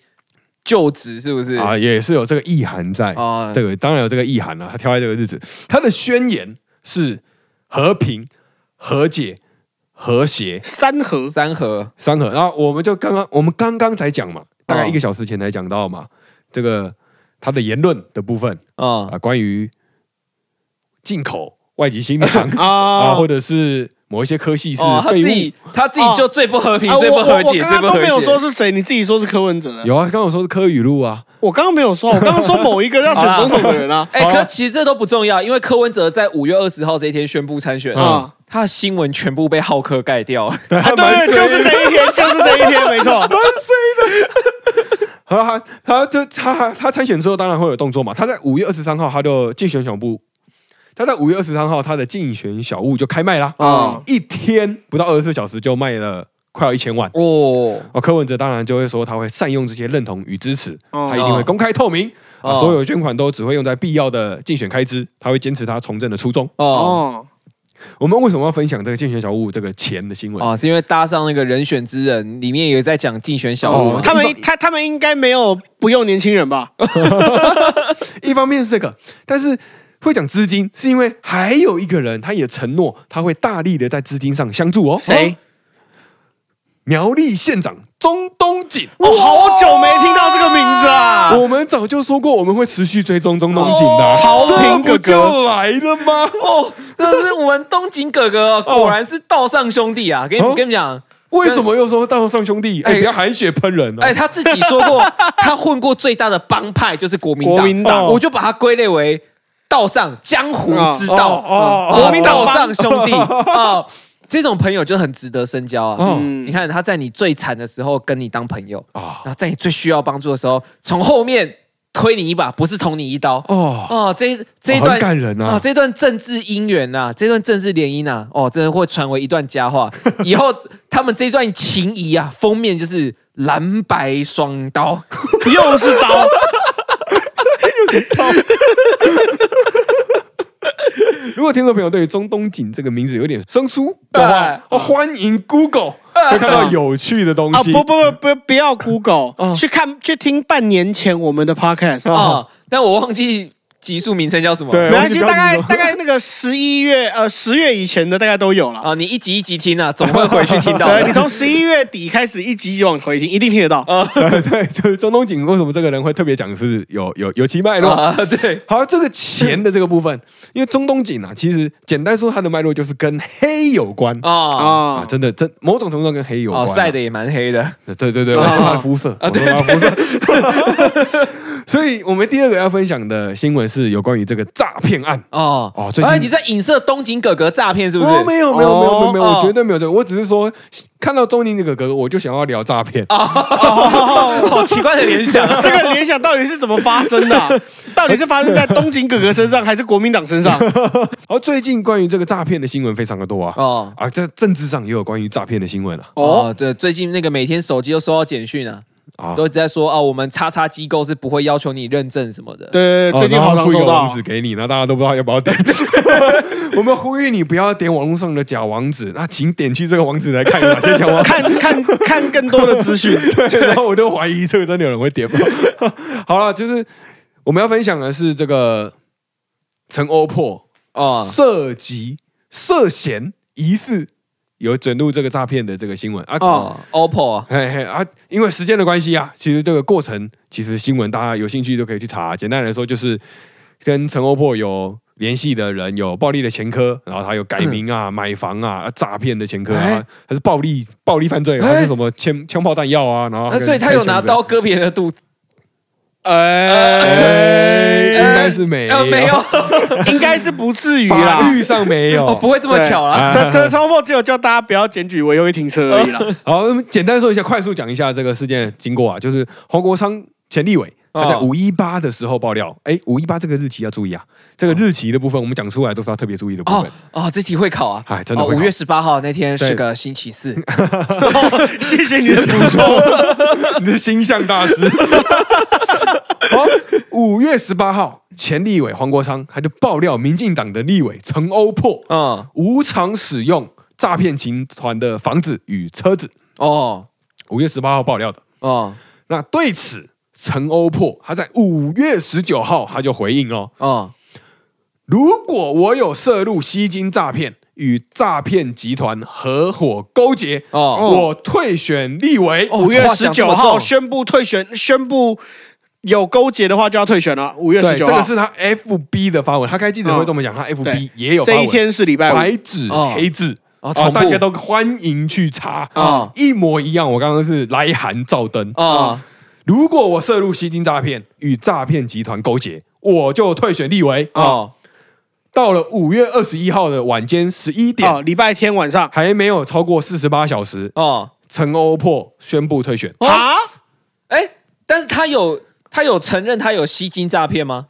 就职，是不是？啊，也是有这个意涵在。哦，这个当然有这个意涵了、他挑在这个日子，他的宣言是和平、和解、和谐 三合三和三和。然后我们就刚刚我们刚刚才讲嘛，大概一个小时前才讲到嘛，这个他的言论的部分哦啊，关于进口外籍新娘啊，啊或者是某一些科系是哦，他自废物。己他自己就最不和平啊，我，最不我和我解，最刚刚不都和没有说谐。。是谁，你自己说是柯文哲啊。有啊，刚刚我说是柯语录啊，我刚刚没有说，我刚刚说某一个要选总统的人啊 哎，可其实这都不重要，因为柯文哲在五月二十号这一天宣布参选，嗯啊，他的新闻全部被浩克盖掉了。对，啊还蛮 对，衰对就是的这一天，就是这一天，没错。好了，他他就他他参选之后，当然会有动作嘛。他在五月二十三号，他就竞选小部，他在五月二十三号，他的竞选小物就开卖啦，啊一天不到二十四小时就卖了快要一千万。哦，哦，柯文哲当然就会说他会善用这些认同与支持，哦他一定会公开透明，啊，哦所有捐款都只会用在必要的竞选开支，他会坚持他从政的初衷。哦哦，我们为什么要分享这个竞选小物这个钱的新闻？哦，是因为搭上那个人选之人，里面也在讲竞选小哦物他们他他们应该没有不用年轻人吧？一方面是这个，但是会讲资金，是因为还有一个人，他也承诺他会大力的在资金上相助哦。谁哦？苗栗县长中东锦。我哦好久没听到这个名字啊！我们早就说过我们会持续追踪中东锦的、哦曹这平不哥哥就来了吗？哦，这是我们东锦哥哥，哦果然是道上兄弟啊！跟哦你跟你们讲，为什么又说大上兄弟？哎、哎不要含血喷人哦！哎，他自己说过， 他混过最大的帮派就是国民党，国民党我就把它归类为道上江湖之道，哦啊国民党道帮上兄弟 啊，这种朋友就很值得深交啊。哦你嗯，看他在你最惨的时候跟你当朋友，啊然后在你最需要帮助的时候，从后面推你一把，不是捅你一刀。哦，哦，这一这一很段感人啊哦这段政治姻缘呐、这段政治联姻呐、哦，真的会传为一段佳话。 以后他们这段情谊啊，封面就是蓝白双刀。 又是刀，如果听众朋友对于中东锦这个名字有点生疏的话哎，哦欢迎 Google 会看到有趣的东啊！西。不不不不，不要 Google，、哦去看去听半年前我们的 podcast，、哦啊、但我忘记集数名称叫什么。对没关系，我大忘记概告诉你大概那个十一月呃十月以前的大概都有了。啊，你一集一集听啊，总会回去听 到对，你的。从十一月底开始一集一集往回听，一定听得到。对对，就是中东锦为什么这个人会特别讲是有有有其脉络。 啊， 对，好，这个钱的这个部分，因为中东锦啊，其实简单说它的脉络就是跟黑有关啊啊，啊，真的真某种程度上跟黑有关哦，啊。晒的也蛮黑的。对对啊对，我说他的肤色，我说他的肤色。 所以我们第二个要分享的新闻是有关于这个诈骗案。哦哦最近哎你在影射东京哥哥诈骗是不是？哦，没有没有没有没有没有，哦我绝对没有这个，我只是说看到中宁这个哥哥，我就想要聊诈骗。 啊好奇怪的联想啊。 这个联想到底是怎么发生的啊、到底是发生在东井哥哥身上，还是国民党身上？而最近关于这个诈骗的新闻非常的多啊，哦啊，在政治上也有关于诈骗的新闻啊。哦，哦，对，最近那个每天手机都收到简讯啊，啊，都一直在说啊，我们叉叉机构是不会要求你认证什么的。对，哦最近然后好常附一收个到啊网。址给你，那大家都不知道要不要 点。我们呼吁你不要点网络上的假网址，那请点去这个网址来看有哪些假网址。看看看更多的资讯。 对，然后我就怀疑这个真的有人会点吗？ 好了，就是我们要分享的是这个陈欧破哦涉及涉嫌疑似有卷入这个诈骗的这个新闻啊。哦哦，OPPO 啊，嘿嘿啊，因为时间的关系啊，其实这个过程，其实新闻大家有兴趣就可以去查。简单来说，就是跟陈欧破有联系的人有暴力的前科，然后他有改名啊、买房啊、啊诈骗的前科啊哎，他是暴力暴力犯罪，哎还是什么枪枪炮弹药啊，然后那所以他有拿刀割别人的肚子？呃哎，哎，应该是没有，哦呃，没有，，应该是不至于法啦。律上没有。哦，不会这么巧啦。这车超破只有叫大家不要检举违规停车而已啦。嗯好，那么简单说一下，快速讲一下这个事件的经过啊，就是黄国昌前立委那在哦五一八的时候爆料，哎，五一八这个日期要注意啊，这个日期的部分我们讲出来都是要特别注意的部哦分。哦，这题会考啊！哎真的哦会考五月十八号那天是对个星 期四，谢谢你的补充。 你是星象大师。好，五月十八号，前立委黄国昌他就爆料，民进党的立委陈欧破嗯，无偿使用诈骗集团的房子与车子，哦五月十八号爆料的。哦那对此，陈欧破他在五月十九号他就回应哦，哦如果我有涉入吸金诈骗与诈骗集团合伙勾结，哦我退选立委。哦五月话十讲这么九号重宣布退选，宣布有勾结的话就要退选了。五月对，十九这号，个是他 FB 的发文，他开记者会这么讲，他对 FB 也有发这一文，天是礼拜五，白纸哦黑字哦啊，同步大家都欢迎去查哦啊，一模一样。我刚刚是来函照灯，哦如果我涉入吸金诈骗与诈骗集团勾结，我就退选立委。哦到了五月二十一号的晚间十一点，哦，礼拜天晚上还没有超过四十八小时，哦，陈欧破宣布退选。哦啊，哎，但是他有他有承认他有吸金诈骗吗？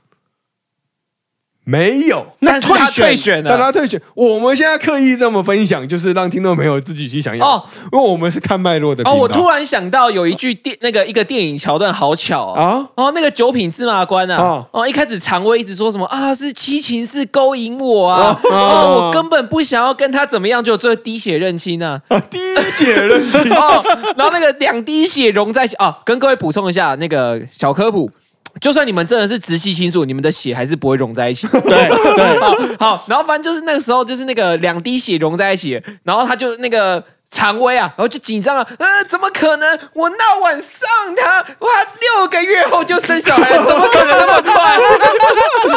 没有，那但是他退退选选但了他退选，我们现在刻意这么分享，就是让听众朋友自己去想想。哦因为我们是看脉络的频哦，道。我突然想到有一句电那个一个电影桥段，好巧哦。啊， 哦，那个九品芝麻官啊哦，哦，一开始常威一直说什么啊，是七情是勾引我啊，哦，我根本不想要跟他怎么样，就最后滴血认 亲啊，滴血认 亲哦，然后那个两滴血融在一起啊，跟各位补充一下那个小科普。就算你们真的是直系亲属，你们的血还是不会融在一起。对 对，好，好，然后反正就是那个时候，就是那个两滴血融在一起，然后他就那个常威啊，然后就紧张啊，呃，怎么可能？我那晚上他，哇，六个月后就生小孩了，怎么可能那么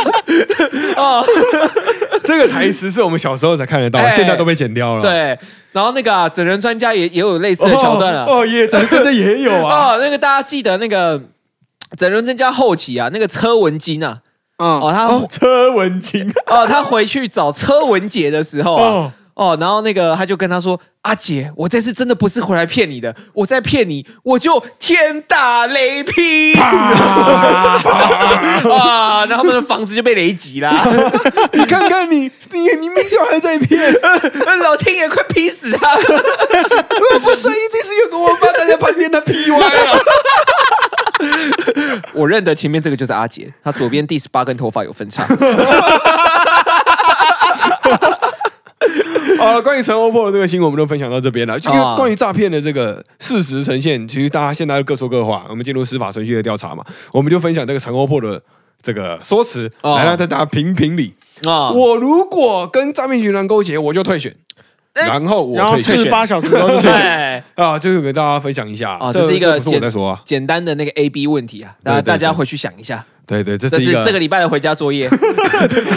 快？哦，这个台词是我们小时候才看得到，哎现在都被剪掉了。，对，然后那个、啊、整人专家也也有类似的桥段啊，哦，哦也这这这也有啊。哦，那个大家记得那个整人专家后期啊，那个车文金啊，嗯，哦，他哦，车文 清哦，他回去找车文杰的时候啊，哦然后那个他就跟他说：“阿杰，我这次真的不是回来骗你的，我在骗你，我就天打雷劈！” 哇，然后他们的房子就被雷击啦，你看看你，你你明明就还在 呃骗，老天爷快劈死他！不是一定是有个王八蛋在旁边他 PY 啊。我认得前面这个就是阿杰，他左边第十八根头发有分叉。 好了，关于陈欧破的这个新闻，我们就分享到这边了。就因为啊关于诈骗的这个事实呈现，其实大家现在各说各话。我们进入司法程序的调查嘛，我们就分享这个陈欧破的这个说辞，哦来让大家评评理。啊、我如果跟诈骗集团勾结，我就退选，然后我然后退四选退十选八小时之后就退选。对。啊，这个给大家分享一下哦，这是一个不是我在说啊，简单的那个 A B 问题啊，大家对对对大家回去想一下，对对，这这是一是个这个礼拜的回家作 业。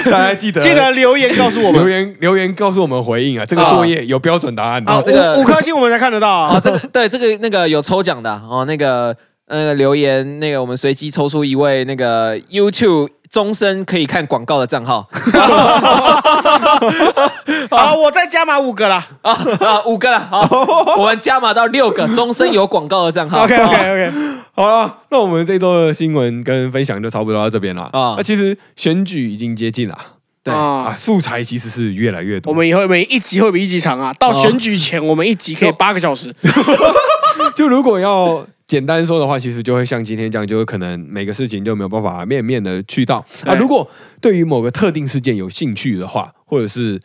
大家记得记得留言告诉我留们言留言告诉我们回应啊，这个作业有标准答案的啊，这个五五颗星我们才看得到哦， 啊。这个 对，这个那个有抽奖的啊哦，那个呃留言那个我们随机抽出一位那个 YouTube 终身可以看广告的账号啊好，我再加码五个啦。啊啊五个了，好，我们加码到六个终身有广告的账 号。 OK OK 哦 OK，好了，那我们这周的新闻跟分享就差不多到这边了啊啊。那其实选举已经接近了对啊，啊，素材其实是越来越多。 我们以后每一集会比一集长啊，哦到选举前我们一集可以八个小时。就如果要简单说的话，其实就会像今天这样，就会可能每个事情就没有办法面面的去到啊。对如果对于某个特定事件有兴趣的话，或者是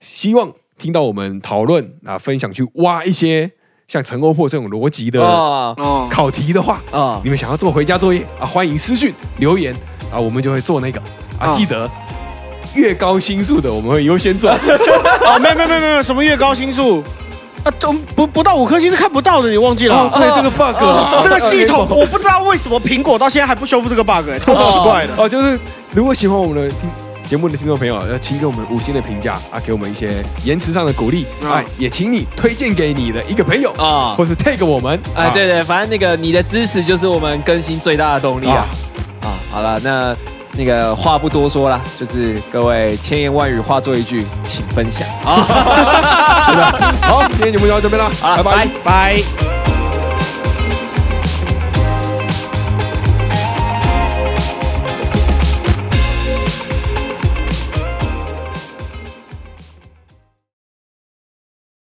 希望听到我们讨论啊，分享去挖一些像陈欧破这种逻辑的哦 哦，考题的话，哦你们想要做回家作业啊，欢迎私讯留言啊，我们就会做那个啊，啊记得。越高星数的我们会优先做， 哦，没有没有没有没有，什么越高星数啊，都不不到五颗星是看不到的，你忘记了哦啊？对这个 bug 啊这个系 统我不知道为什么苹果到现在还不修复这个 bug，哎超奇怪的。哦，就是如果喜欢我们的听节目的听众朋友，呃，请给我们五星的评价啊，给我们一些言辞上的鼓励，嗯哎、也请你推荐给你的一个朋友啊，哦或是 tag 我们，啊啊哎对对，反正那个你的支持就是我们更新最大的动力啊啊。啊，好了，那那个话不多说了，就是各位千言万语化作一句，请分享啊。 好，今天节目就到这边了，好了拜拜拜拜。